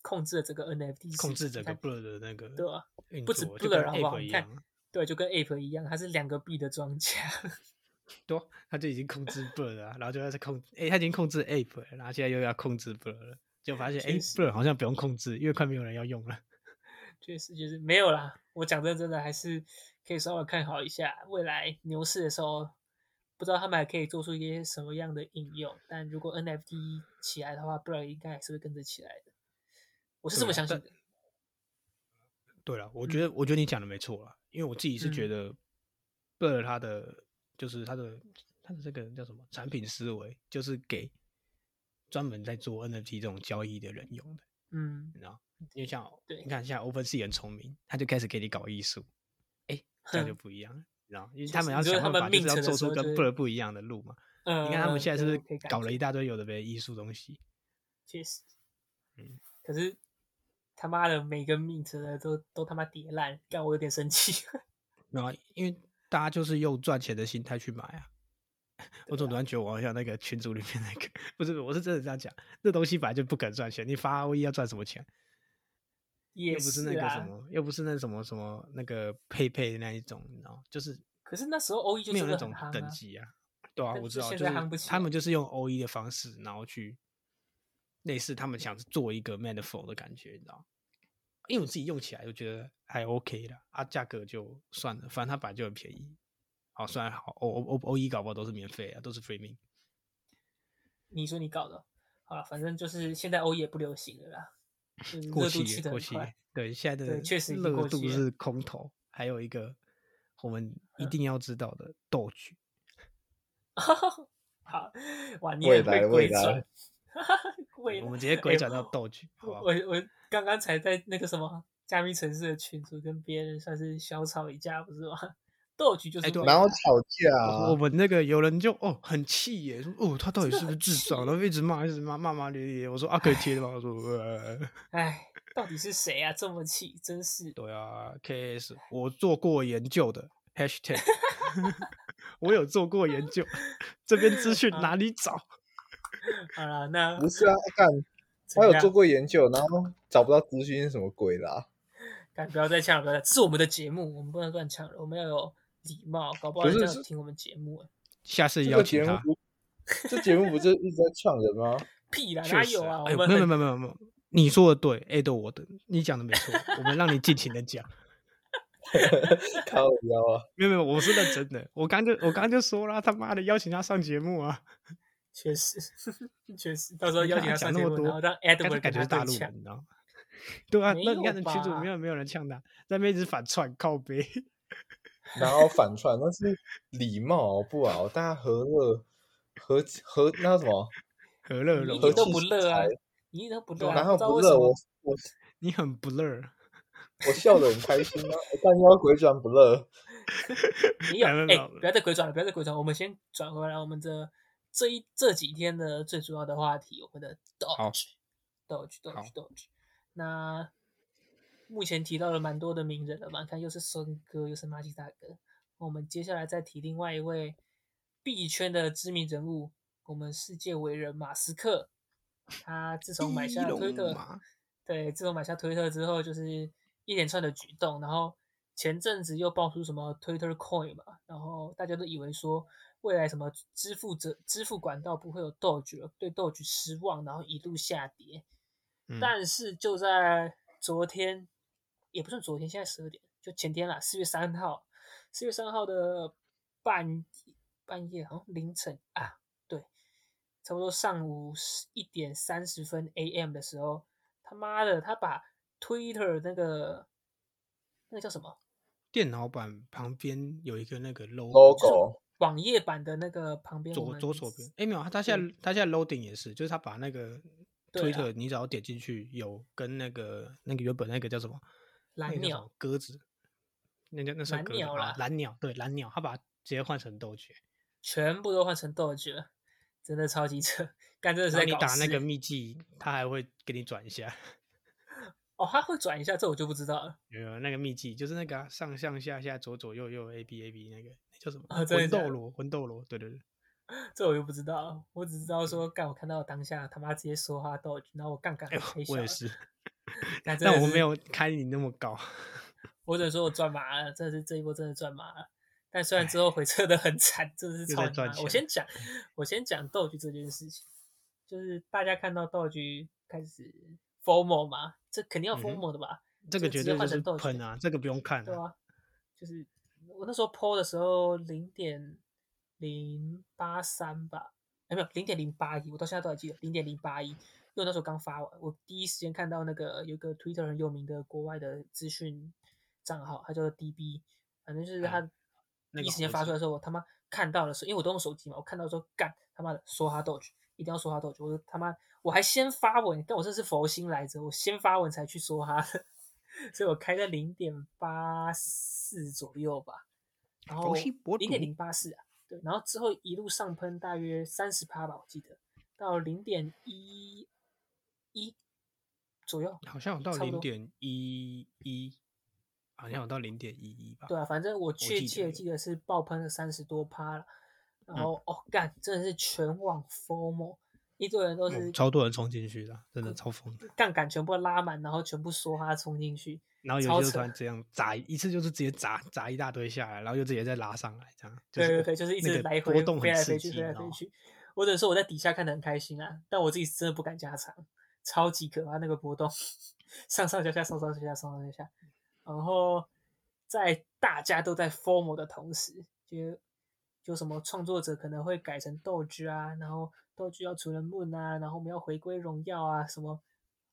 控制了这个 NFT，市控制场整你个看 Blur 的那个对啊，运不止作就跟 Blur 好不 App 好一看样，对，就跟 Ape 一样，它是两个币的庄家。对啊，他就已经控制 Blur 了啊，然后就要再控，哎、他已经控制 App，了然后现在又要控制 Blur 了，就发现哎、确实 b l u r 好像不用控制，因为快没有人要用了。确实就是没有啦。我讲真的真的，还是可以稍微看好一下未来牛市的时候，不知道他们还可以做出一些什么样的应用。但如果 NFT 起来的话 b l u r 应该还是会跟着起来的。我是这对么啊相信但的。对了，我觉得、我觉得你讲的没错啦，因为我自己是觉嗯得 Blur 它的就是它的它的这个叫什么产品思维，就是给专门在做 NFT 这种交易的人用的，嗯你，知道？因为像对你看现在 OpenSea 很聪明，他就开始给你搞艺术，哎，这样就不一样了，你知道？因为确他们实要你说想他办法，们就命是要成的做时出候跟就 Blur 不一样的路嘛。嗯，你看他们嗯现在是对不我可以是感搞了觉一大堆有的没的艺术东西？确实，嗯，可是他妈的每个 mint 的都都他妈跌烂，让我有点生气。 [laughs] 然后因为大家就是用赚钱的心态去买啊。我啊总突然觉得我好像那个群组里面那个， [laughs] 不是，我是真的这样讲，那东西本来就不可能赚钱，你发 ROE 要赚什么钱？也又不是那个什啊，么，又不是那什么什么那个佩佩那一种，你知道，就是可是那时候 OE 就没有真那的很种夯等啊。级啊。对啊，但我是知道，现就在是夯不起他来们就是用 OE 的方式，然后去类似他们想做一个 manifold 的感觉，你知道？因为我自己用起来就觉得还 OK 的啊，价格就算了，反正它本来就很便宜。好，虽然好 O O O O E 搞不好都是免费啊，都是 freeming。你说你搞的，好了，反正就是现在 OE 也不流行了啦，就是过热期度也去的过很期快也，，[laughs] 对，现在的对确实已经热过度期了嗯是空头，还有一个我 [laughs] 们一定要知道的斗局。好，哇，你未也来会鬼未来转，未我来们直接哎鬼转到斗局，好我不好？我我刚刚才在那个什么加密城市的群组跟别人算是小吵一架，不是吗？斗局就是哎对未啊来、哪有吵架我我啊？们那个有人就哦很气耶，说哦他到底真的是不是很智障，然后一直骂一直骂骂骂咧咧。我说啊可以贴的吗？我说呃哎，到底是谁啊？这么气，真是对啊，KS 我做过研究的 [laughs] hashtag，我有做过研究，这边资啊讯哪里找？好了，那不是啊，干，怎他有样做过研究，然后找不到资讯是什么鬼啦？干不要再呛了，不要再，这是我们的节目，我们不能乱呛了，我们要有礼貌，搞不好不人是家有是听我们节目、欸，下次这邀个节请目他。不，这节目不就一直在呛人吗？屁啦，哪确实有啊？哎我们呦没有很没有没有没有，你说的对，A 豆我的，你讲的没错，我们让你尽情的讲。 [laughs] [laughs] 靠腰 [laughs] 啊！没有没有，我是认真的，我刚就我刚就说了，他妈的邀请他上节目啊，确 [laughs] 实，确实，到时候你邀看请他上讲那节么目，多然后让但 Edward 他感觉跟是大他陆对呛人，，你知道吗？ [laughs] 对啊，没那你看有那群主吧没有没有人呛他，在那边一直反串靠背，然后反串，那是礼貌好不好？大家和乐和和那什么，何乐你融一和点都融气不生乐啊财，你一点都不乐啊，然后知道不为什乐，我么？我你很不乐儿，我笑得很开心啊，但又要鬼转不乐。没 [laughs] 有，没有哎、没有不要再鬼转了，不要再鬼转了，我们先转回来我们的这一这几天的最主要的话题，我们的 Doge，Doge，Doge，Doge 好。 Doge 那目前提到了蛮多的名人了嘛，你看又是森哥，又是马吉大哥，我们接下来再提另外一位币圈的知名人物，我们世界伟人马斯克。他自从买下一了推龙特，马对，自从买下推特之后，就是一连串的举动，然后前阵子又爆出什么 Twitter Coin 嘛，然后大家都以为说未来什么支付者支付管道不会有 Doge 了，对 Doge 失望，然后一路下跌。嗯但是就在昨天，也不算昨天，现在十二点，就前天啦，四月三号，四月三号的半半夜，好像凌晨啊，对，差不多上午一点三十分 AM 的时候，他妈的，他把 Twitter 那个那个叫什么电脑版旁边有一个那个 logo， logo 网页版的那个旁边，我左们左手边，哎没有，他现在他现在 loading 也是，就是他把那个对推啊特，你只要点进去有跟那个那个原本那个叫什么那蓝个叫什鸟么鸽子，那叫那算蓝鸽子鸟啦啊，蓝鸟对蓝鸟，他把它直接换成豆角，全部都换成 Doge 了，真的超级扯，干真的是然后在你搞打那事个秘技，他还会给你转一下。哦，他会转一下，这我就不知道了。有有那个秘技，就是那个啊、上上下下左左右右 A B A B 那个那叫什么？啊真的魂假斗的罗，魂斗罗，对对对，这我又不知道，我只知道说，干我看到当下他妈直接说话 Doge，然后我杠杠哎、太我小也了，是，但但我没，有开你那么高。我只能说我赚麻了，真的是这一波真的赚麻了。但虽然之后回撤的很惨，真的是哎 [laughs] 又超级在赚麻钱我先讲，我先讲道具这件事情，就是大家看到道具开始 formal 嘛，这肯定要嗯哼 formal 的吧？这个就绝直接对就换是成豆喷角啊，这个不用看、对啊，就是我那时候 PO 的时候零点零八三吧，哎没有零点零八一，我到现在都还记得零点零八一，因为我那时候刚发完，我第一时间看到那个有一个 Twitter 很有名的国外的资讯账号，它叫做 DB，反正就是啊他那第一个时间猴发子出来的时候，我他妈看到的时候，因为我都用手机嘛，我看到的时候干他妈的说哈豆去。一定要说哈豆去，我说他妈，我还先发文，但我这是佛心来着，我先发文才去说哈的， [laughs] 所以我开在零点八四左右吧，然后佛系博主零点零八四啊，对，然后之后一路上喷大约三十趴吧，我记得到零点一一左右，好像有到差不零多点一一，好像有到零点一一吧。对啊，反正我确记得切有记得是爆喷了三十多趴了，然嗯后、哦干，真的是全网 formal，一堆人都嗯是超多人冲进去的，啊真的超疯的。杠杆全部拉满，然后全部梭哈冲进去，然后超有些就扯突然这样砸一次，就是直接砸砸一大堆下来，然后又直接再拉上来，这样。就对是对对，就是一那直个来回波动飞很来刺飞去，激，哦飞来然后飞去。或者说我在底下看得很开心啊，但我自己真的不敢加长，超级可怕那个波动， [laughs] 上上下下，上上下下，上上下下。然后在大家都在 formal 的同时，就就什么创作者可能会改成斗剧啊，然后斗剧要除了 moon 啊，然后我们要回归荣耀啊，什么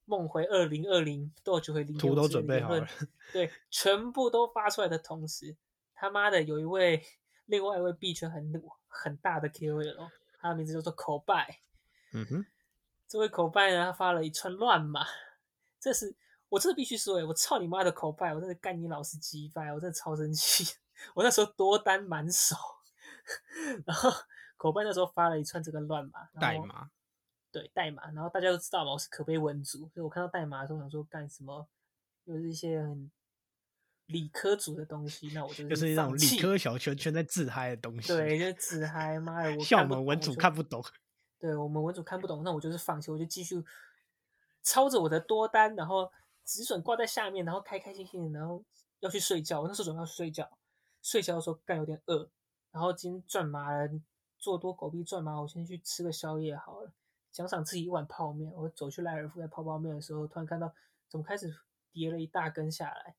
梦回二零二零，斗剧回零图都准备好了，对，全部都发出来的同时，他妈的有一位另外一位币圈很很大的 KOL，他的名字叫做口拜。 [laughs] 嗯哼，这位口拜呢，他发了一串乱码，这是我真的必须说、欸，我操你妈的口拜，我真的干你老师鸡掰，我真的超生气。 [laughs] 我那时候多单满手， [laughs] 然后口拜那时候发了一串这个乱码，然代后码对代码，然后大家都知道嘛，我是可悲文组，所以我看到代码的时候想说干什么，又是一些很理科组的东西，那我就就是那放种弃理科小圈圈在自嗨的东西。 [laughs] 对，就自嗨，妈的，我看像我不们文懂组就看不懂，对我们文组看不懂，那我就是放弃，我就继续抄着我的多单，然后止损挂在下面，然后开开心心的，然后要去睡觉。我那时候准备要睡觉，睡觉的时候干有点饿，然后今天赚麻了，做多狗币赚麻，我先去吃个宵夜好了，奖赏自己一碗泡面。我走去莱尔夫在泡泡面的时候，突然看到怎么开始跌了一大根下来，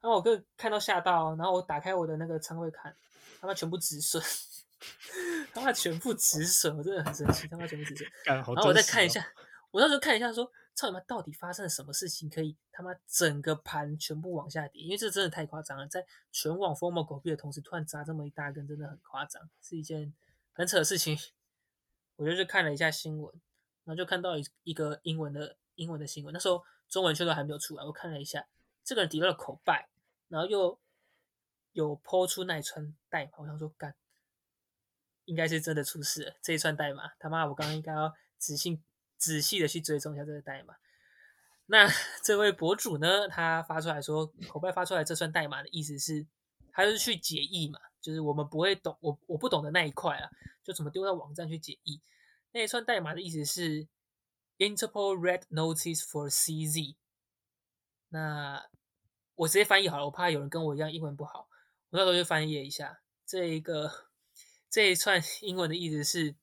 然后我哥看到吓到，然后我打开我的那个仓位看，他妈全部止损。 [laughs] 他妈全部止损，我真的很生气。他妈全部止损，干好。哦然后我再看一，下，我那时候看一下说，操你妈，到底发生了什么事情，可以他妈整个盘全部往下跌？因为这真的太夸张了，在全网疯魔狗币的同时，突然砸这么一大根，真的很夸张，是一件很扯的事情。 [laughs] 我就去看了一下新闻，然后就看到一一个英文的英文的新闻，那时候中文圈都还没有出来，我看了一下，这个人提到了口拜，然后又有抛出那一串代码，我想说干，应该是真的出事了。这一串代码，他妈我刚刚应该要仔细仔细的去追踪一下这个代码。那 [laughs] 这位博主呢，他发出来说，口碑发出来这串代码的意思是，他是去解译嘛，就是我们不会懂，我我不懂的那一块啊，就怎么丢到网站去解译。那一串代码的意思是 Interpol Red Notice for CZ。那我直接翻译好了，我怕有人跟我一样英文不好，我到时候就翻译一下。这一个 [laughs] 这一串 [laughs] 英文的意思是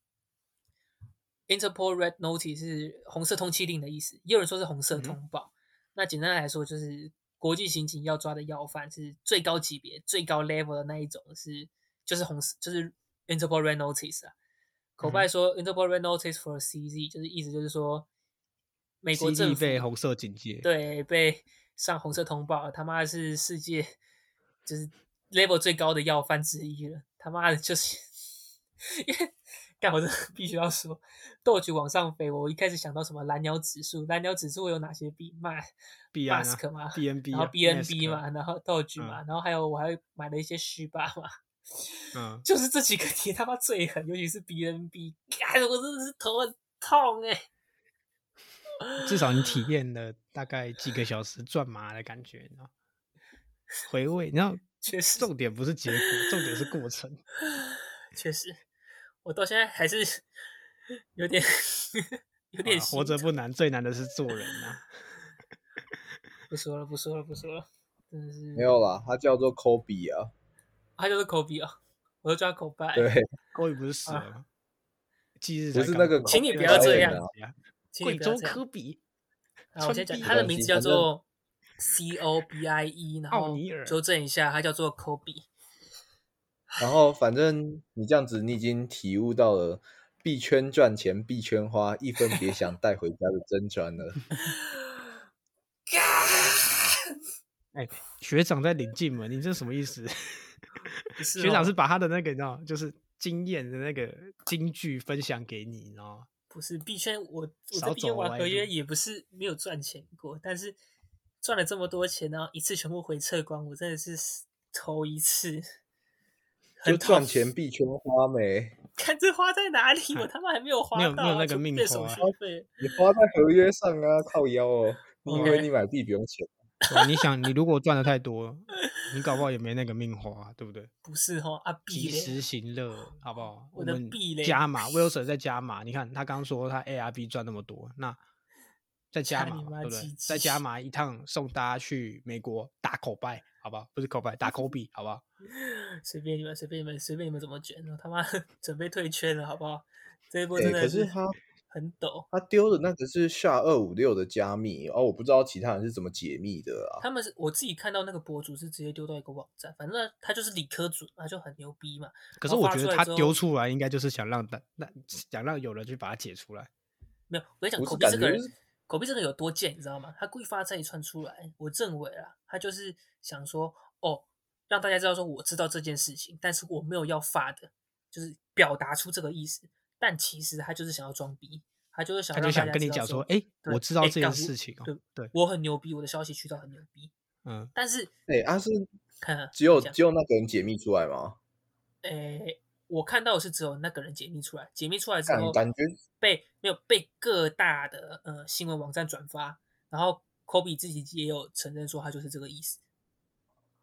Interpol Red Notice 是红色通缉令的意思，也有人说是红色嗯哼通报。那简单来说，就是国际刑警要抓的要犯是最高级别、最高 level 的那一种是，就是红色，就是 Interpol Red Notice 啊。口嗯白说 Interpol Red Notice for CZ，就是意思就是说美国政府被红色警戒，对，被上红色通报，他妈的是世界就是 level 最高的要犯之一了。他妈的，就是 [laughs] 因为，但我真的 [laughs] 必须要说，斗局往上飞，我一开始想到什么蓝鸟指数，蓝鸟指数有哪些币？卖币安啊 mask 嘛， ，BNB，然后啊 BNB Mask 嘛，然后斗局嗯嘛，然后还有我还买了一些虚吧嘛。嗯，就是这几个跌他妈最狠，尤其是 BNB，干我真的是头很痛哎、至少你体验了大概几个小时转麻的感觉，你知道，回味。然后确实重点不是结果，重点是过程。确实，我到现在还是 [laughs] 有点 [laughs] 有点啊活心着疼不难，最难的是做人啊。不说了，不说了，不说了，真的是没，有啦，他叫做 Kobe 啊，他就是口笔哦，我就叫口白。对，郭宇不是死了吗？忌日不才是刚那个过啊请你科不比要这莱样恩 [laughs] 啊请贵你不要州这样科。比，啊，我先讲川他地的没名关字系叫反正做 C O B I E，然奥后尼尔纠正一下，他叫做 Kobe。然后反正你这样子，你已经体悟到了币圈赚钱币圈花，一分别想带回家的真传了。哎， [laughs] 学长在领进门，你这什么意思？不是学长哦是把他的那个你知道，就是经验的那个金句分享给你，你知道吗？不是币圈，我我少在币圈走玩歪合路约也不是没有赚钱过，但是赚了这么多钱，然后一次全部回撤光，我真的是头一次。就很赚 tough 钱币圈花没？看这花在哪里，我他妈还没有花没到有啊，没有那个就命变手花续费。你花在合约上啊， [laughs] 靠腰哦。你以为 OK 你买币不用钱？对你想，你如果赚的太多，你搞不好也没那个命花、啊对不对？不是哈啊及币嘞，时行乐，好不好？我的们壁垒加码，Wilson 在加码。你看他刚说他 ARB 赚那么多，那再加加码你嘛，妈对不对鸡？再加鸡码一趟，送大家去美国打口拜，好不好？不是口拜，[laughs] 打口比，好不好？随便你们，随便你们，随便你们怎么卷，我他妈准备退圈了，好不好？这一波哎真可的是他很陡，他丢的那个是下二五六的加密哦，我不知道其他人是怎么解密的啊。他们是我自己看到那个博主是直接丢到一个网站，反正他就是理科组嘛，就很牛逼嘛。可然是后我发觉出得来他之丢后出来，应该就是想让大那想让有人去把它解出来。没有，我跟你讲，我是口碑这感个觉人是，口碑这个人有多贱，你知道吗？他故意发这一串出来，我认为啊，他就是想说，哦，让大家知道说我知道这件事情，但是我没有要发的，就是表达出这个意思。但其实他就是想要装逼，他就是想他要就让大想家跟你知道讲说说，，哎、对我知道哎这件干我事情哦、对对，我很牛逼，我的消息渠道很牛逼。嗯，但是， [laughs] 哎，他是看只有讲只有那个人解密出来吗？诶，我看到的是只有那个人解密出来，解密出来之感后，感觉被没有被各大的呃新闻网站转发，然后科比自己也有承认说他就是这个意思。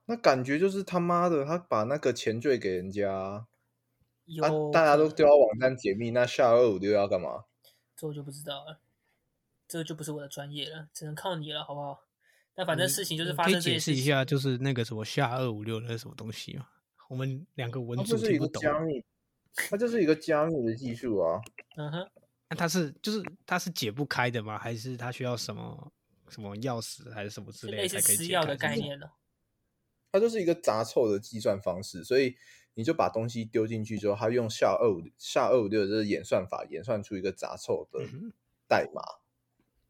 那感觉就是他妈的，他把那个钱缀给人家啊，有、啊大家都丢，到网站解密，那下二五六要干嘛？这我就不知道了，这就不是我的专业了，只能靠你了，好不好？但反正你事情就是你发嗯可以生这些解释事一情。下，就是那个什么下二五六那是什么东西嘛？我们两个文它组就是听一不个懂。加密，它就是一个加密的技术啊。嗯哼，那它是就是它是解不开的吗？还是它需要什么什么钥匙还是什么之就类类似才可以私解钥开的是不概是念了。它就是一个杂凑的计算方式，所以你就把东西丢进去之后，它用下二五下二五六的这个演算法演算出一个杂凑的嗯哼代码。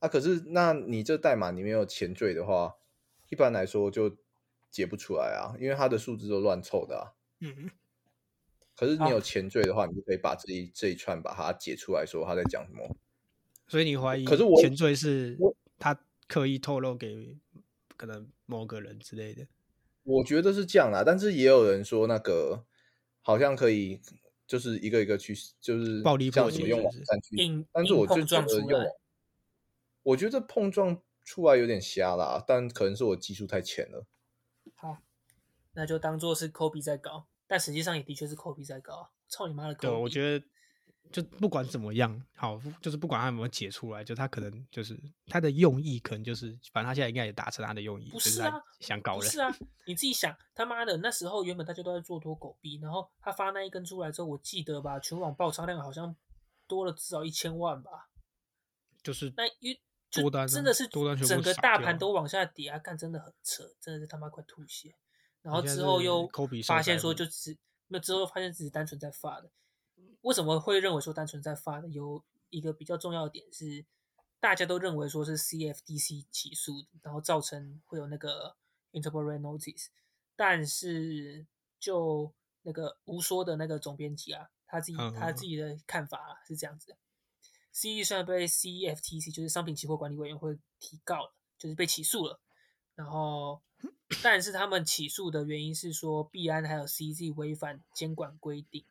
啊，可是那你这代码里面有前缀的话，一般来说就解不出来啊，因为它的数字都乱凑的啊。嗯，可是你啊好有前缀的话，你就可以把这一这一串把它解出来，说他在讲什么。所以你怀疑？可是我前缀是我他刻意透露给可能某个人之类的。我觉得是这样啦，但是也有人说那个好像可以，就是一个一个去，就是暴力破像解什么用网是不是站去硬，嗯但是硬我就碰觉撞得出用来网，我觉得碰撞出来有点瞎啦，但可能是我技术太浅了。好，那就当做是科比在搞，但实际上也的确是科比在搞啊。操你妈的科对，比！我觉得就不管怎么样，好，就是不管他有没有解出来，就他可能就是他的用意，可能就是反正他现在应该也达成他的用意，不就是是他啊想搞不人。是啊，你自己想，他妈的，那时候原本大家都在做多狗逼，然后他发那一根出来之后，我记得吧，全网爆仓量好像多了至少一千万吧。就是啊那因就多单啊真的是多单全部整个傻大掉盘了都往下跌啊，干真的很扯，真的是他妈快吐血。然后人家之后是又抠鼻受发现灾说，户就只那之后发现自己单纯在发的。为什么会认为说单纯在发的？有一个比较重要的点是，大家都认为说是 CFTC 起诉的，然后造成会有那个 interpol notice，但是就那个吴说的那个总编辑啊，他自己嗯嗯他嗯自己的看法、啊、是这样子的：CE 虽然被 E CFTC 就是商品期货管理委员会提告了，就是被起诉了，然后但是他们起诉的原因是说币安还有 CZ 违反监管规定，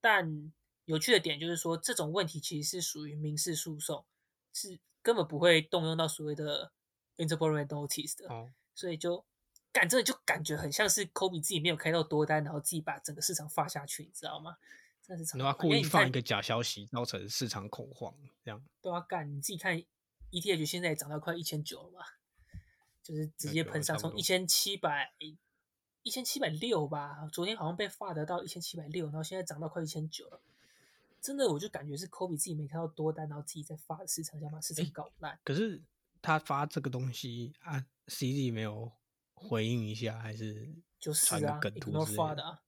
但有趣的点就是说这种问题其实是属于民事诉讼，是根本不会动用到所谓的 interpol notice 的。哦，所以就感真的就感觉很像是科比自己没有开到多单，然后自己把整个市场发下去，你知道吗？真的是然后超他麻烦因故为意你放看啊一个假消息，造成市场恐慌，这样，E 都要干，你自己看 ETH 现在也涨到快一千九了嘛，就是直接对喷我上，差不从多一千七百一千七百六吧，昨天好像被罚得到一千七百六，然后现在涨到快一千九了。真的，我就感觉是科比自己没看到多单，然后自己在发的市场，想把市场诶搞烂。可是他发这个东西啊，CZ 没有回应一下，还是就是传个啊梗，ignore 图之类发的的啊，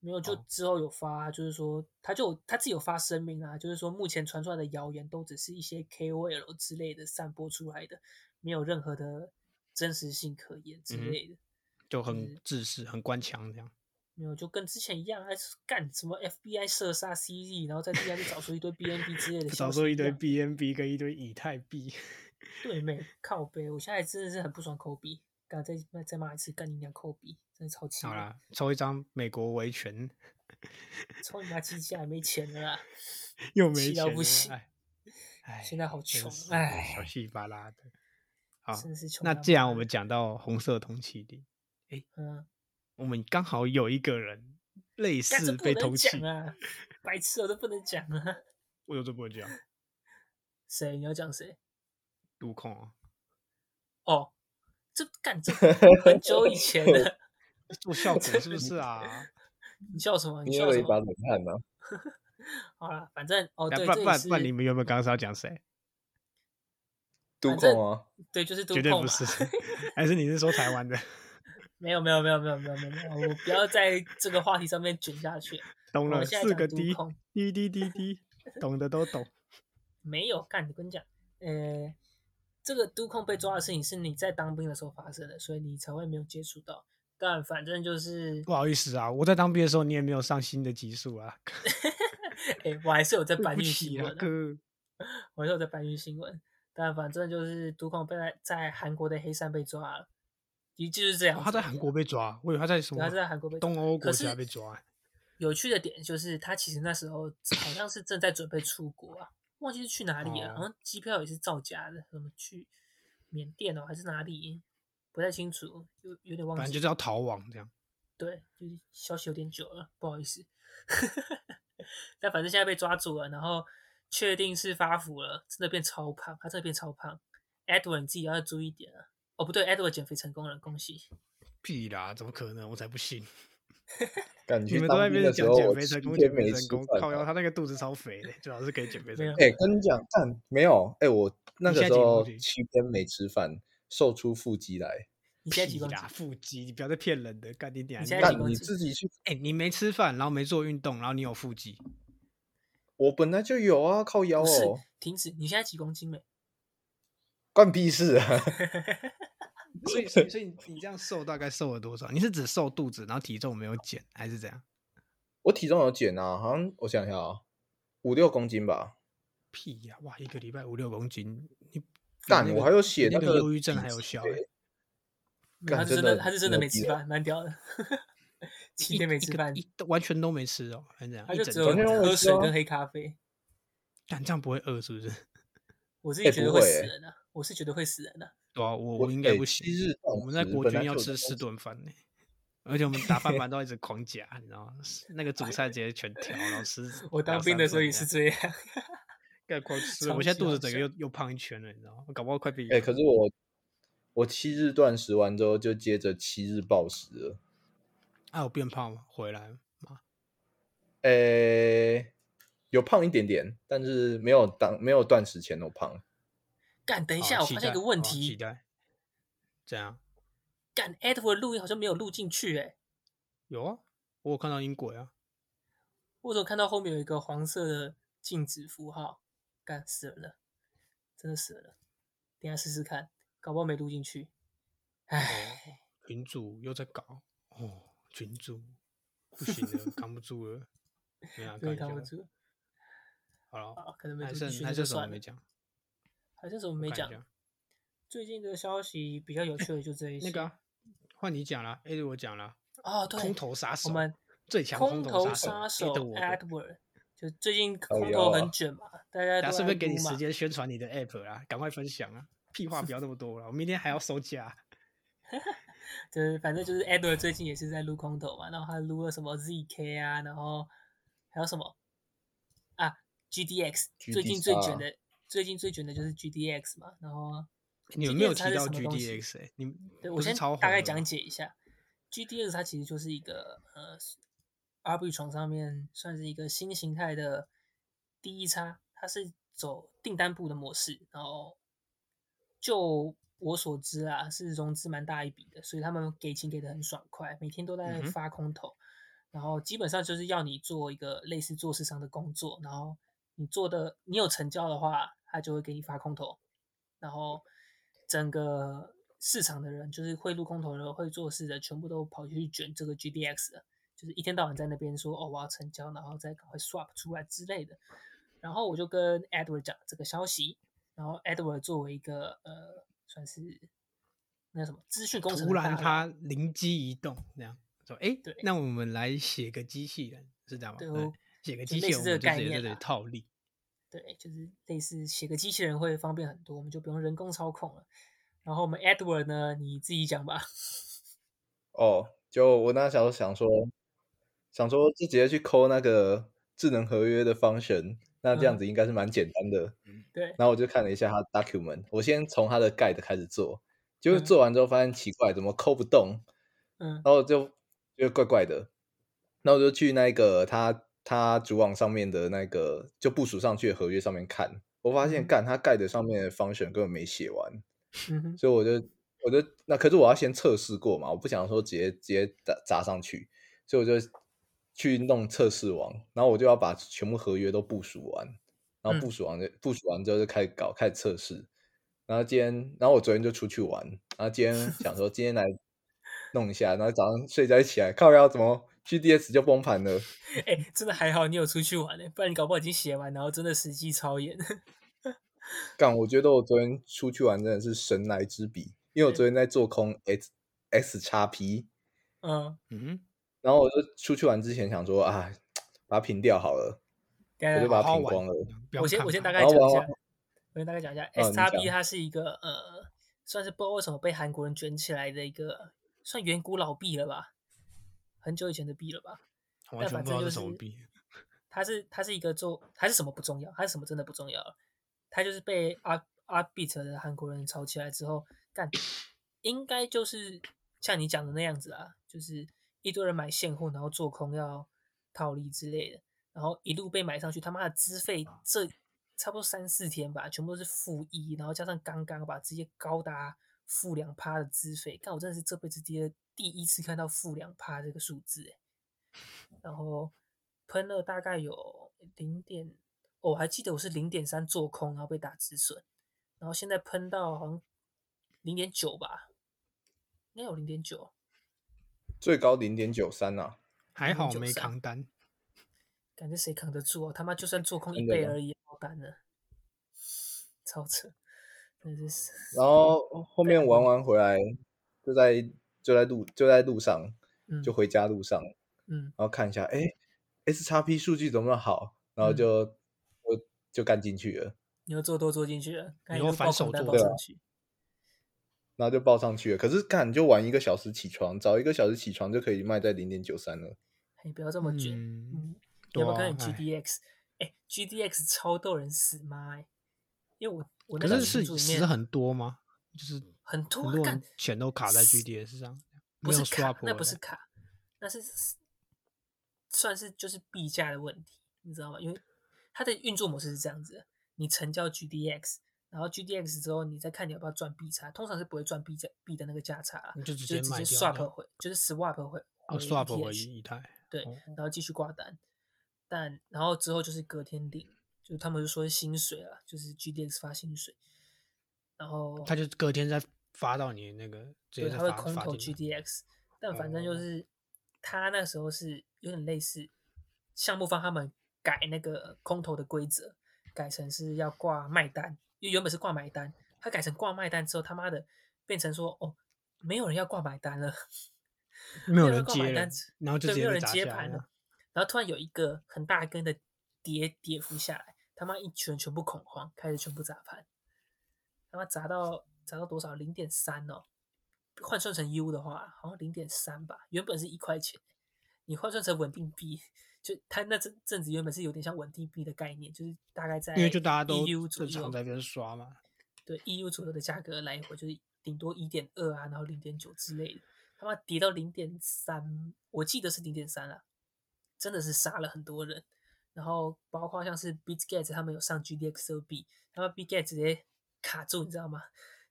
没有就哦之后有发、就是说他就有他自己有发声明啊，就是说目前传出来的谣言都只是一些 KOL 之类的散播出来的，没有任何的真实性可言之嗯哼类的。就很自私、很官腔这样？没有，就跟之前一样，还是干什么 FBI 射杀 CZ，然后在地下去找出一堆 BNB 之类的消息样，少说一堆 BNB 跟一堆以太币，对没靠背，我现在真的是很不爽科比，刚再再骂一次，干你娘科比，真的超气的， [laughs] 好啦，抽一张美国 [laughs] 维权，抽你妈鸡架，没钱了啦。又没气到钱不了行 [laughs] 哎哎，现在好真穷的是哎小气巴拉的。好，真是穷啊那到既然我爆们讲到红色通缉令，嗯，我们刚好有一个人类干这似不被能通讲缉，啊， [laughs] 白痴我都不能讲啊。我有这不啊会讲，谁？你要讲谁？毒 [laughs] 控啊，哦，这干这很久以前 [laughs] 的，做效果是不是啊？你笑什么？哦你你也笑有什一把么？冷汗啊呐、好啦，反正哦，那对，不然这不也然不然，你是们原本刚刚是要讲谁？都反正控啊，对，就是都绝对碰不嘛。是， [laughs] 还是你是说台湾的没有没有没有没有没有没有没有，我不要在这个话题上面卷下去。懂哦我了，们现在四讲个毒 D 控 D D D D，懂的都懂。没有干，我跟你讲，呃，这个督控被抓的事情是你在当兵的时候发生的，所以你才会没有接触到。但反正就是不好意思啊，我在当兵的时候你也没有上新的集数啊，哎、我还是有在对搬不运起新啊闻、啊，哥。我还是有在搬运新闻。但反正就是都控被在在韩国的黑山被抓了，的确是这样哦子。他在韩国被抓，我以为他在什对，么他是在韩国被抓东欧可国是家被抓欸。有趣的点就是，他其实那时候好像是正在准备出国啊，忘记是去哪里了，哦好像机票也是造假的，什么去缅甸哦还是哪里，不太清楚，有有点忘反正记。就是要逃亡这样。对，就是消息有点久了，不好意思。 [laughs] 但反正现在被抓住了，然后确定是发福了，真的变超胖，他真的变超胖。Edward 你自己要注意一点啊！哦，不对，Edward 减肥成功了，恭喜！屁啦，怎么可能？我才不信！感你觉们都在当那兵边的时讲候，减我肥七成功，天减肥没成吃功，饭啊靠腰，了。他那个肚子超肥的，最好是可以减肥成没有功。哎、跟你讲，但没有，哎、我 [laughs] 那你个现时在几公候斤七天没吃饭，瘦出腹肌来。你现在几公屁斤啦，？腹肌，你不要再骗人的，干你娘！你现在让几你公但你斤自己去，哎、你没吃饭，然后没做运动，然后你有腹肌，我本来就有啊，靠腰不是哦，，停止！你现在几公斤没？ [laughs] 关屁事啊！ [laughs] [laughs] 所以所以所以你你这样瘦大概瘦了多少？你是只瘦肚子，然后体重没有减，还是怎样？我体重有减啊，好像我想一下啊，五六公斤哦吧。屁呀、哇，一个礼拜五六公斤，你干你那我个还有写你那那个个忧郁症体还有脂效、对欸，没有干他是真真的，的他是真的牛没逼吃了饭，蛮屌的。七一天没一吃个饭，一完全都没吃哦，还是怎样？他一就整只有天天这我样 [laughs] 喝吃水啊跟黑咖啡。干这样不会饿是不是？我自己哎觉不得会会死欸人的、啊我是觉得会死人的、 [laughs] 对啊，我我应哎该不行七日。我们断在食国嗯本军来要就有吃在四断食顿饭呢，而且我们打饭班都要一直狂夹，你知道吗？ [laughs] 那个主菜直接全挑，然后吃我当两兵三的时候顿也这是样这样。概括吃，超我现在级肚好子整个笑又又胖一圈了，你知道吗？我搞不好快比哎、可是我我七日断食完之后，就接着七日暴食了。啊，我变胖吗？回来了吗？哎、有胖一点点，但是没有当没有断食前我胖。干，等一好下，我期发现一待个问好期题，待怎样？干 Edward 录音好像没有录进去、欸，哎，有啊，我有看到英国呀、我怎么看到后面有一个黄色的禁止符号？干，死人了，真的死人了，等一下试试看，搞不好没录进去。唉，哦，群主又在搞哦，群主不行了，扛不住了，没 [laughs] 啊，真的看扛不住，好了，啊，可能没还录进剩去还那就剩什么算了没。讲？还剩什么我没看一讲下？最近的消息比较有趣的就这一些。那个啊换你讲了，哎，我讲了，哦，对，空投杀手，我们最强空投头杀手手 Edward， Edward，就最近哎空呦头很卷嘛，大家都等下是不是在给你撸嘛时间宣传你的 app 啊？赶快分享啊！屁话不要那么多了，我明天还要收假。就是反正就是 Edward 最近也是在撸空投嘛，然后他撸了什么 ZK 啊，然后还有什么啊啊 GDX，最近最卷的最近最卷的就是 GDX 嘛，然后你们没有 GDX 提它是到什么东西 GDX 哎、你们对不我是先超大红概的吗讲解一下，GDX 它其实就是一个呃，RB 床上面算是一个新形态的第一叉，它是走订单部的模式，然后就我所知啊，是融资蛮大一笔的，所以他们给钱给的很爽快，每天都在嗯哼发空头，然后基本上就是要你做一个类似做市场的工作，然后你做的你有成交的话，他就会给你发空头，然后整个市场的人就是会录空头的、会做事的，全部都跑去卷这个 GDX 了，就是一天到晚在那边说哦我要成交，然后再赶快 swap 出来之类的。然后我就跟 Edward 讲这个消息，然后 Edward 作为一个呃算是那叫什么资讯工程突的大然佬他灵机一动，这样说：“哎、对那我们来写个机器人，是这样吗？对嗯我写个就机类器人，似这个我们就概直接在念这里啦套利。对，就是类似写个机器人会方便很多，我们就不用人工操控了。然后我们 Edward 呢，你自己讲吧。 [laughs] 哦，就我那时候想说，想说就直接去抠那个智能合约的 function，那这样嗯子应该是蛮简单的。对，然后我就看了一下他的 document，我先从他的 guide 开始做，结果嗯做完之后发现奇怪，怎么抠不动，嗯然后就觉得怪怪的，那我就去那个他他主网上面的那个就部署上去的合约上面看，我发嗯现干他 guide 上面的 function 根本没写完，嗯哼，所以我就我就那可是我要先测试过嘛，我不想说直接直接砸砸上去，所以我就去弄测试网，然后我就要把全部合约都部署完，然嗯后部署完就、部署完之后就开始搞开始测试，然后今天然后我昨天就出去玩，然后今天想说今天来弄一下，然后早上睡觉一起来靠要怎么 GDS 就崩盘了， [laughs] 哎、真的还好你有出去玩呢、不然你搞不好已经写完，然后真的实际操演。 [laughs] 干我觉得我昨天出去玩真的是神来之笔，因为我昨天在做空 X X 叉 P。嗯，”嗯，然后我就出去玩之前想说啊，把它平掉好了，等我一就下把它好好平光玩了。。不要我先看我先它大概然讲后一玩下完，我先大概讲一下哦你 S R B 讲它是一个呃，算是不知道为什么被韩国人卷起来的一个算远古老币了吧，很久以前的币了吧。我完但全反不知道正这就什么是嗯币。它是它是一个做它是什么不重要，它是什么真的不重要了，它就是被 R R beat 的韩国人炒起来之后，干应该就是像你讲的那样子啊，就是一堆人买现货，然后做空要套利之类的，然后一路被买上去，他妈的资费这差不多三四天吧，全部都是负一，然后加上刚刚吧，直接高达负两趴的资费，干我真的是这辈子第二第一次看到负两趴这个数字、欸，然后喷了大概有零点，哦，我还记得我是零点三做空，然后被打止损，然后现在喷到好像零点九吧，应该有零点九，最高零点九三呐，还好0.93没扛单，感觉谁扛得住哦？他妈就算做空一真的倍吗而已，爆单了，超扯，真的是然后后面玩完回来，就在就在路就在路上，嗯就回家路上，嗯然后看一下，哎，S 叉 P 数据怎么那么好，然后嗯就我就干进去了，你又做多做进去了，看你一又路反爆手空单爆做对上啊去，然后就报上去了。可是干就晚一个小时起床，早一个小时起床就可以卖在零点九三了。嘿，不要这么卷，嗯，嗯，对要不要啊看你哎 GDX？哎、g d x 超逗人死妈哎、因为我我那可个是群组是里死面很多吗？就是很多很啊多干人钱都卡在死 GDS 上，不没是有卡 swap，，那回不是来卡，那是算是就是币价的问题，你知道吗？因为它的运作模式是这样子的：你成交 GDX，然后 GDX 之后，你再看你要不要赚币差，通常是不会赚币价币的那个价差啦，你就就嗯直是接直卖接掉 swap 了回，就是 swap 回哦回 swap 回 ETH 以太。对哦，然后继续挂单，但然后之后就是隔天领，就他们就说是薪水啊，就是 GDX 发薪水，然后他就隔天再发到你那个，直接对，再它会发空发投进来 GDX，但反正就哦是他那时候是有点类似项目方他们改那个空投的规则，改成是要挂卖单，因为原本是挂买单，他改成挂卖单之后，他妈的变成说哦，没有人要挂买单了，没有人人挂买接了单，子，然后就对，直没有接人砸接下来盘了了。。然后突然有一个很大根的跌跌幅下来，他妈一群人全部恐慌，开始全部砸盘，他妈砸到砸到多少？零点三哦，换算成 U 的话，好像零点三吧，原本是一块钱，你换算成稳定币，就它那阵阵子原本是有点像稳定币的概念，就是大概在因为就大家都 EU 左正右常在那边刷嘛，对 EU 左右的价格来回，就是顶多一点二啊，然后零点九之类的，他妈跌到零点三，我记得是零点三啊，真的是杀了很多人。然后包括像是 BitGet 他们有上 GDXO B，他们 BitGet 直接卡住，你知道吗？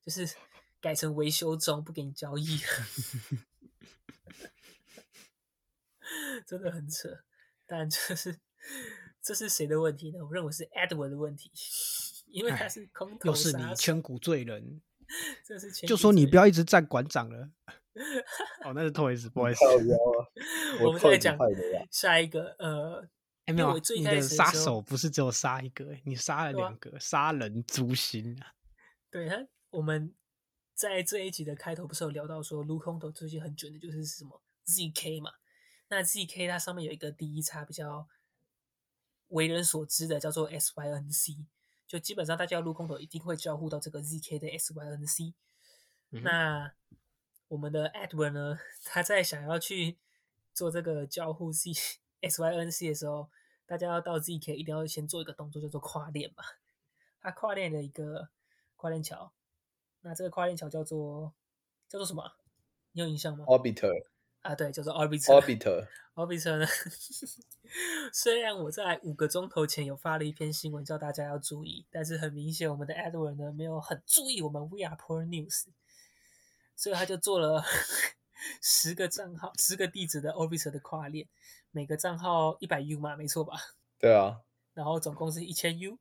就是改成维修中，不给你交易了 [laughs] 真的很扯。但这是这是谁的问题呢？我认为是 Edward 的问题，因为他是空头又是杀你手千古罪人，这是前就几说你集！不要一直站馆长了。哦，那是 Toys，不好意思靠。 [laughs] 腰啊我们再扣你讲快 [laughs] 点啊下一个，呃，哎，没因有为啊我，最你开的始的杀时候手不是只有杀一个，你杀了对啊两个，杀人诛心啊！对他，我们在这一集的开头不是有聊到说撸空头最近很卷的就是什么 ZK 嘛？那 ZK 它上面有一个第一叉比较为人所知的叫做 SYNC，就基本上大家撸空头一定会交互到这个 ZK 的 SYNC。嗯哼那我们的 Edward 呢，他在想要去做这个交互 Z [laughs] SYNC 的时候，大家要到 ZK 一定要先做一个动作叫做跨链嘛。它跨链的一个跨链桥，那这个跨链桥叫做叫做什么啊？你有印象哦吗？ ！Orbiter，Orbiter，啊，对，叫做 Orbiter。Orbiter 呢？ [laughs] 虽然我在五个钟头前有发了一篇新闻叫大家要注意，但是很明显我们的 Edward 呢没有很注意我们 We Are Poor News，所以他就做了十个账号、十个地址的 Orbiter 的跨链，每个账号一百 U 嘛，没错吧？对啊，然后总共是一千 U。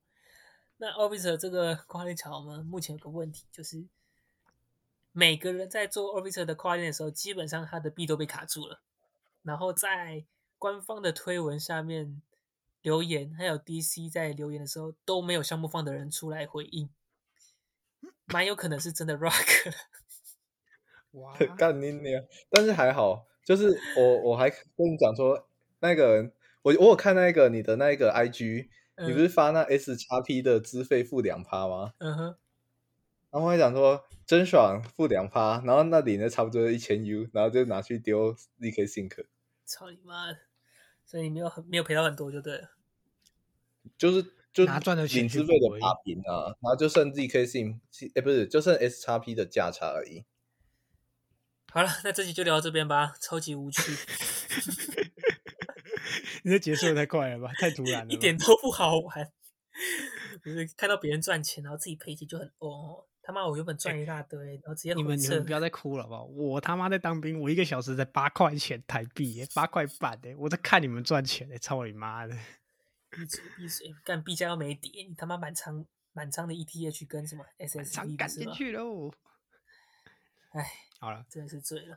那 Orbiter 这个跨链桥呢，目前有个问题就是，每个人在做 Orbiter 的跨链的时候，基本上它的币都被卡住了。然后在官方的推文下面留言，还有 DC 在留言的时候都没有项目方的人出来回应，蛮有可能是真的 Rock [laughs] 了。哇 [laughs] 干啊你娘！但是还好，就是我我还跟你讲说，那个人，我我有看那个你的那个 IG，、你不是嗯发那 S 叉 P 的资费付两趴吗？嗯哼，然后还讲说真爽付两趴，然后那里呢差不多一千 U，然后就拿去丢 ZK Sync，操你妈的！所以你没有很没有赔到很多就对了。就是就拿赚的钱领去资费的补而已把平啊，然后就剩 ZK Sync，哎、不是就剩 S 叉 P 的价差而已。好了，那这集就聊到这边吧，超级无趣。你这结束的太快了吧，太突然了吧。一点都不好玩。就是看到别人赚钱，然后自己赔钱就很哦，他妈我原本赚一大堆，然后直接哎你回们你撤们不要再哭了好不好？我他妈在当兵，我一个小时才八块钱台币耶，八块半哎，我在看你们赚钱哎，操你妈的！闭嘴闭嘴，干 B 加又没跌，你他妈满仓满仓的 ETH 跟什么常 SSD 不赶是进吗？去 [sighs] 喽。哎，好了，真的是醉了。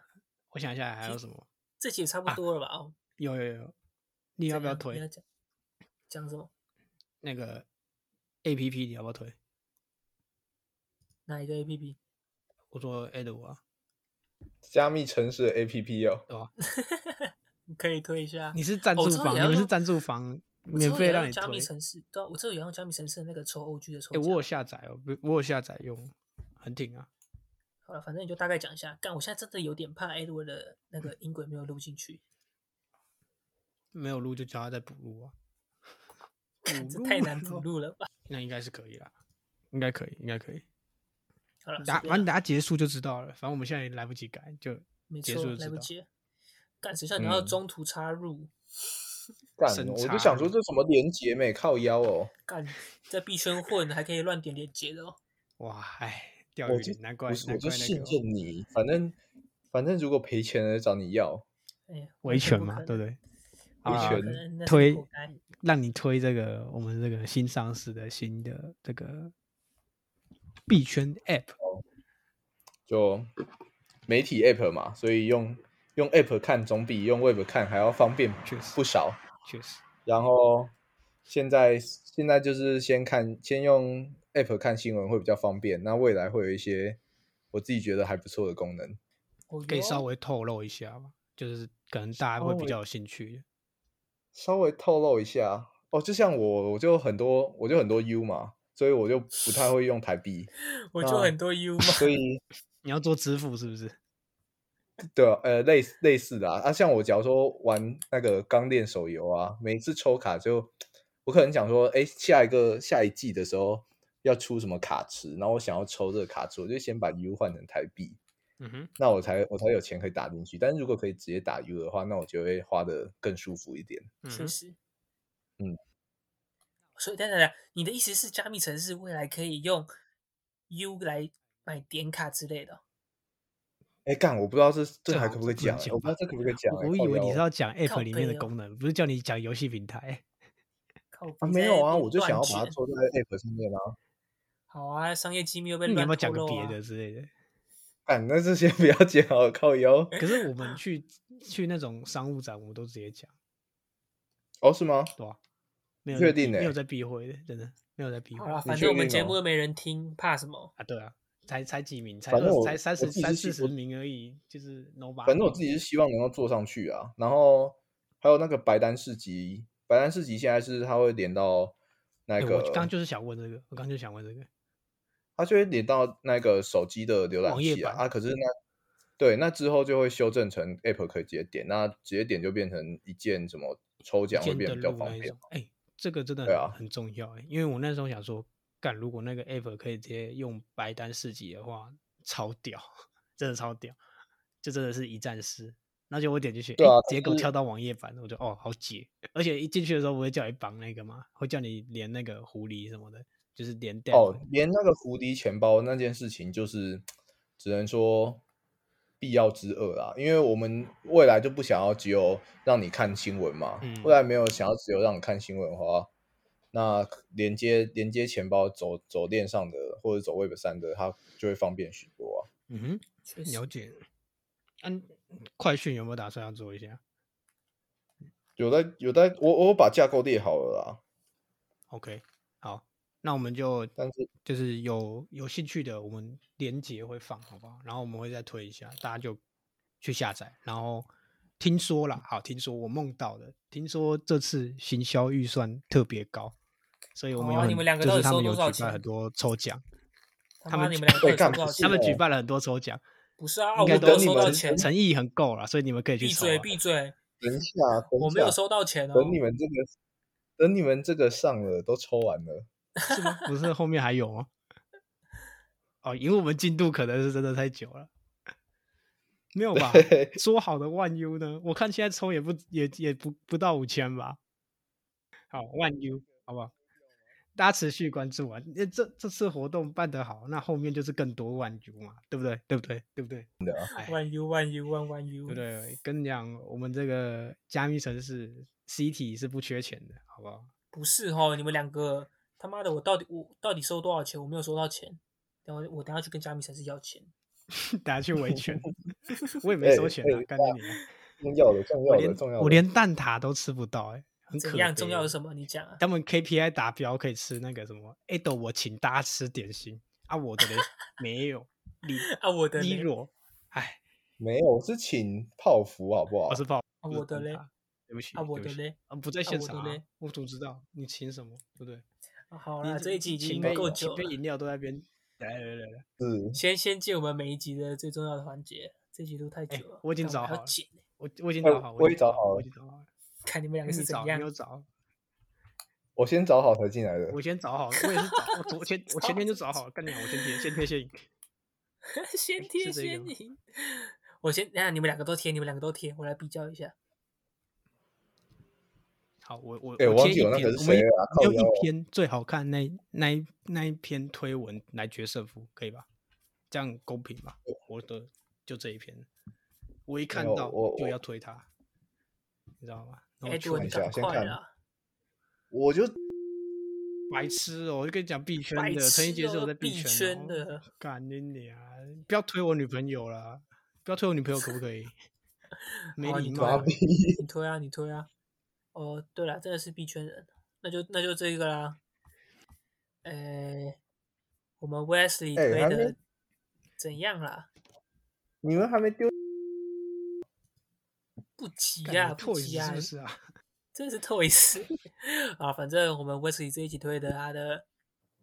我想一下还有什么？这集也差不多了吧？哦，有有有，你你啊要不要你要推讲讲什么？那个 A P P？你要不要推？哪一个 APP？我说 Ed 我啊，加密城市的 A P P 哦，对吧？你可以推一下。你是赞哦助我知道房，也你要们是用赞助房，我之免后费也要让用你加密推。城市，对、啊，我之后也要用加密城市的那个抽 OG 的抽哎，奖。我有下载哦，不我有下载用，很挺啊。好了，反正你就大概讲一下。干，我现在真的有点怕 Edward 的那嗯个音轨没有录进去。没有录就叫他再补录啊。看补 [laughs] 这录太难了哦补录了吧？那应该是可以啦，应该可以，应该可以。好了，打随反便啦正等下结束就知道了，反正我们现在也来不及改，就没结错束就，来知不道及了。干，谁叫你要嗯中途插入？干审，我查就想而说已这什么连结没靠腰哦，干，在币圈混还可以乱点连接的哦。哇，哎，钓我鱼就难怪不是，我难就怪那信个哦任你，反正反正如果赔钱了找你要，哎呀，维权嘛，对对不对？维啊权可能那是推活该让你推这个我们这个新上市的新的这个币圈 App，就媒体 app 嘛，所以用用 app 看总比用 web 看还要方便确实不少。确实然后现在现在就是先看先用 app 看新闻会比较方便，那未来会有一些我自己觉得还不错的功能。哦可以哟稍微透露一下嘛，就是可能大家会稍比微较有兴趣。稍微透露一下哦，就像我我就很多我就很多 U 嘛，所以我就不太会用台币，我就啊很多 U 嘛，所以你要做支付是不是？对啊，呃，类似类似的啊，啊，像我假如说玩那个钢炼手游啊，每一次抽卡就，我可能想说，哎，下一个下一季的时候，要出什么卡池，然后我想要抽这个卡池，我就先把 U 换成台币，嗯哼，那我才我才有钱可以打进去。但是如果可以直接打 U 的话，那我就会花的更舒服一点。嗯确哼，实，嗯。所以，等等等，你的意思是加密城市未来可以用 U 来买点卡之类的哦？哎，干，我不知道这这这还好可不可以这不能讲欸，讲我不知道吧这可不可以讲欸。我以靠为你腰是要讲 App 靠里面的背哦功能，不是叫你讲游戏平台。靠啊你没在有那啊，边我就想要乱把它卷做在 App 上面啊。好啊，商业机密又被那你乱透要不要讲个露别啊的之类 [laughs] 的？干，那这些不 [laughs] 要讲哦，靠腰。可是我们去去那种商务展，我们都直接讲，哦，是吗？对吧、没有确在避定欸没有在避讳的，真的没有在避好讳啦，你反确正我们定节哦目又没人听，怕什么？啊。对啊，才才几名，才反正二我才三我十自己三是四十希名而已，就是 nobody。反正我自己是希望能够做上去啊。然后还有那个白丹市集，白丹市集现在是它会连到那对个，哎我刚刚就是想问这个，我刚刚就想问这个。它就会连到那个手机的浏览网页器啊。版啊，可是那对那之后就会修正成 App 可以直接点，那直接点就变成一键什么抽奖会间变的得比较路方那一便种。。哎、这个真的对很,、啊很重要、哎，因为我那时候想说，干如果那个 app 可以直接用白单市集的话，超屌，真的超屌，就真的是一站式。那就我点进去，对哎啊直接可给我是跳到网页版，我就哦好解。而且一进去的时候，我会叫你绑那个嘛，会叫你连那个狐狸什么的，就是连带。哦，连那个胡迪钱包那件事情，就是只能说必要之恶啦。因为我们未来就不想要只有让你看新闻嘛，嗯未来没有想要只有让你看新闻的话，那连接连接钱包走走链上的或者走 Web 三的，它就会方便许多啊。嗯哼，确了实，解。嗯、快讯有没有打算要做一下有在有在，我我把架构列好了啦， ？OK，好，那我们就但是就是有有兴趣的，我们连接会放，好不好？然后我们会再推一下，大家就去下载。然后听说啦，好，听说我梦到的，听说这次行销预算特别高，所以我们有哦很、你们两个就到是底他收们有多少举办很钱多抽奖，他他妈们你们两哎个到干底收多不少是他钱们啊？举哦办了很多抽奖，不是啊，啊应我该们都都有你收们到等钱。诚意很够了，所以你们可以去闭抽嘴啊闭嘴！等一下，等一我没有下收到钱哦。等你们这个等你们这个上了都抽完了。是吗？不是后面还有吗？哦，因为我们进度可能是真的太久了，没有吧？对说好的万 U 呢？我看现在抽也不也也不不到五千吧。好，万 U 好不好？大家持续关注啊！那这这次活动办得好，那后面就是更多万 U 嘛，对不对？对不对？对不对？哎万 U 万 U 万万 U，对不对？跟你讲，我们这个加密城市 CT 是不缺钱的，好不好？ [laughs] 不是哦，你们两个他妈的，我到底我到底收多少钱？我没有收到钱，等我我等下去跟加密城市要钱。大家去维权，我也没收哎钱啊哎，干你娘！重要的，重我要的，连重要的。我连蛋挞都吃不到、欸，哎，很可怎样？悲重要的欸什么？你讲啊！他们 KPI 达标可以吃那个什么，哎、豆我请大家吃点心啊，我的嘞没有，你啊，我 [laughs] 的低嘞，落，哎，没有，我是请泡芙，好不好我？是泡，啊不是我的蛋嘞挞，对不起，啊我的对不起嘞，啊不在啊现我的场嘞啊，我怎么知道你请什么，对不对？啊好你啦，这一集已请经杯够请久杯了，饮料都在那 [laughs] 边，来来来来来，是先先进我们每一集的最重要的环节，这集都太哎久了，我已经干找还要好了剪欸我我已经哎找好，我已也经找找好，好我了已经找好了，看你们两个你是怎找你样有。找，我先找好才进来的我。先找好了，我也是找，我昨天我前天就找好了，干你娘，我先贴先贴先赢。 [laughs] 先是贴这个先吗赢。我先，等一下你们两个都贴，你们两个都贴，我来比较一下。好，我我、哎我忘贴记一我那篇个是我们谁了啊靠用腰一篇最好看那那一那一篇推文来决胜负，可以吧？这样公平吧？我的就这一篇，我一看有到我就我要推他，你知 [laughs] 道吗？然后哎，我去对，看你一下赶先快啊看啦！我就白痴哦、我就跟你讲币圈白的，陈怡痴杰是哦我在币币圈,、圈 [laughs] 的，干你娘！不要推我女朋友啦，不要推我女朋友可不可以？没好礼你推貌麻啊欸，痹。你推啊，你推啊。哦，对了，真的是币圈人，那就那就这个啦。呃，我们 Wesley 哎推还没的怎样啦？ [laughs] 你们还没丢，不急干啊，你不拓急子啊是不，是啊？真是 Toys [laughs] 啊！反正我们 Wesley 这一集推的他的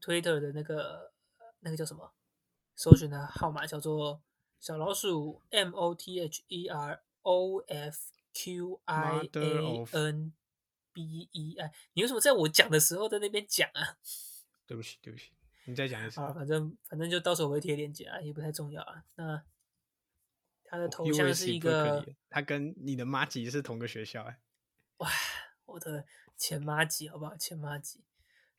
Twitter 的那个那个叫什么？搜寻的号码叫做小老鼠 M O T H E R O F Q I Mother A of N B E I。你为什么在我讲的时候在那边讲啊？对不起，对不起，你再讲一次啊，反正反正就到时候我会贴链接啊，也不太重要啊。那他的头哦 U 像 S 是一个，Berkeley 他跟你的妈吉是同个学校哎、哇，我的前妈吉好不好？前妈吉，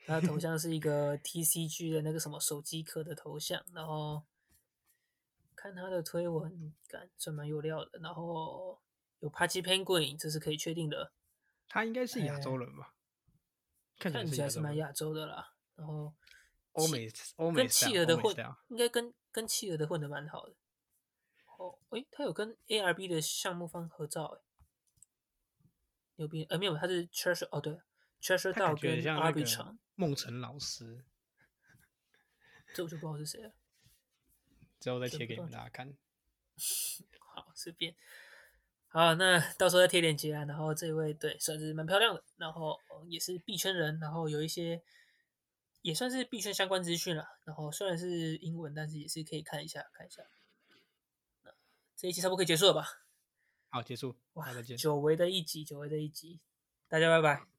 他 [laughs] 的头像是一个 TCG 的那个什么手机壳的头像，然后看他的推文，感算蛮有料的。然后有 Pachi Penguin，这是可以确定的，他应该是亚洲人吧？看哎看起起来来是是蛮亚洲人，亚洲的啦。然后欧气美欧美跟企 style，鹅的欧美混 style，应该跟跟企鹅的混的蛮好的。哦，诶，他有跟 ARB 的项目方合照，诶，牛逼！呃，没有，他是 Treasure 哦，对，Treasure 他 d o 感觉跟很像那 RB 个厂，梦辰老师。这我就不知道是谁了。 [laughs] 之后再这贴不给知你道们大家看。好，随便。好，那到时候再贴链接啊。然后这位对算是蛮漂亮的，然后呃也是币圈人，然后有一些也算是币圈相关资讯啦。然后虽然是英文，但是也是可以看一下看一下。那这一期差不多可以结束了吧？好，结束，大哇家再见。久违的一集，久违的一集，大家拜拜。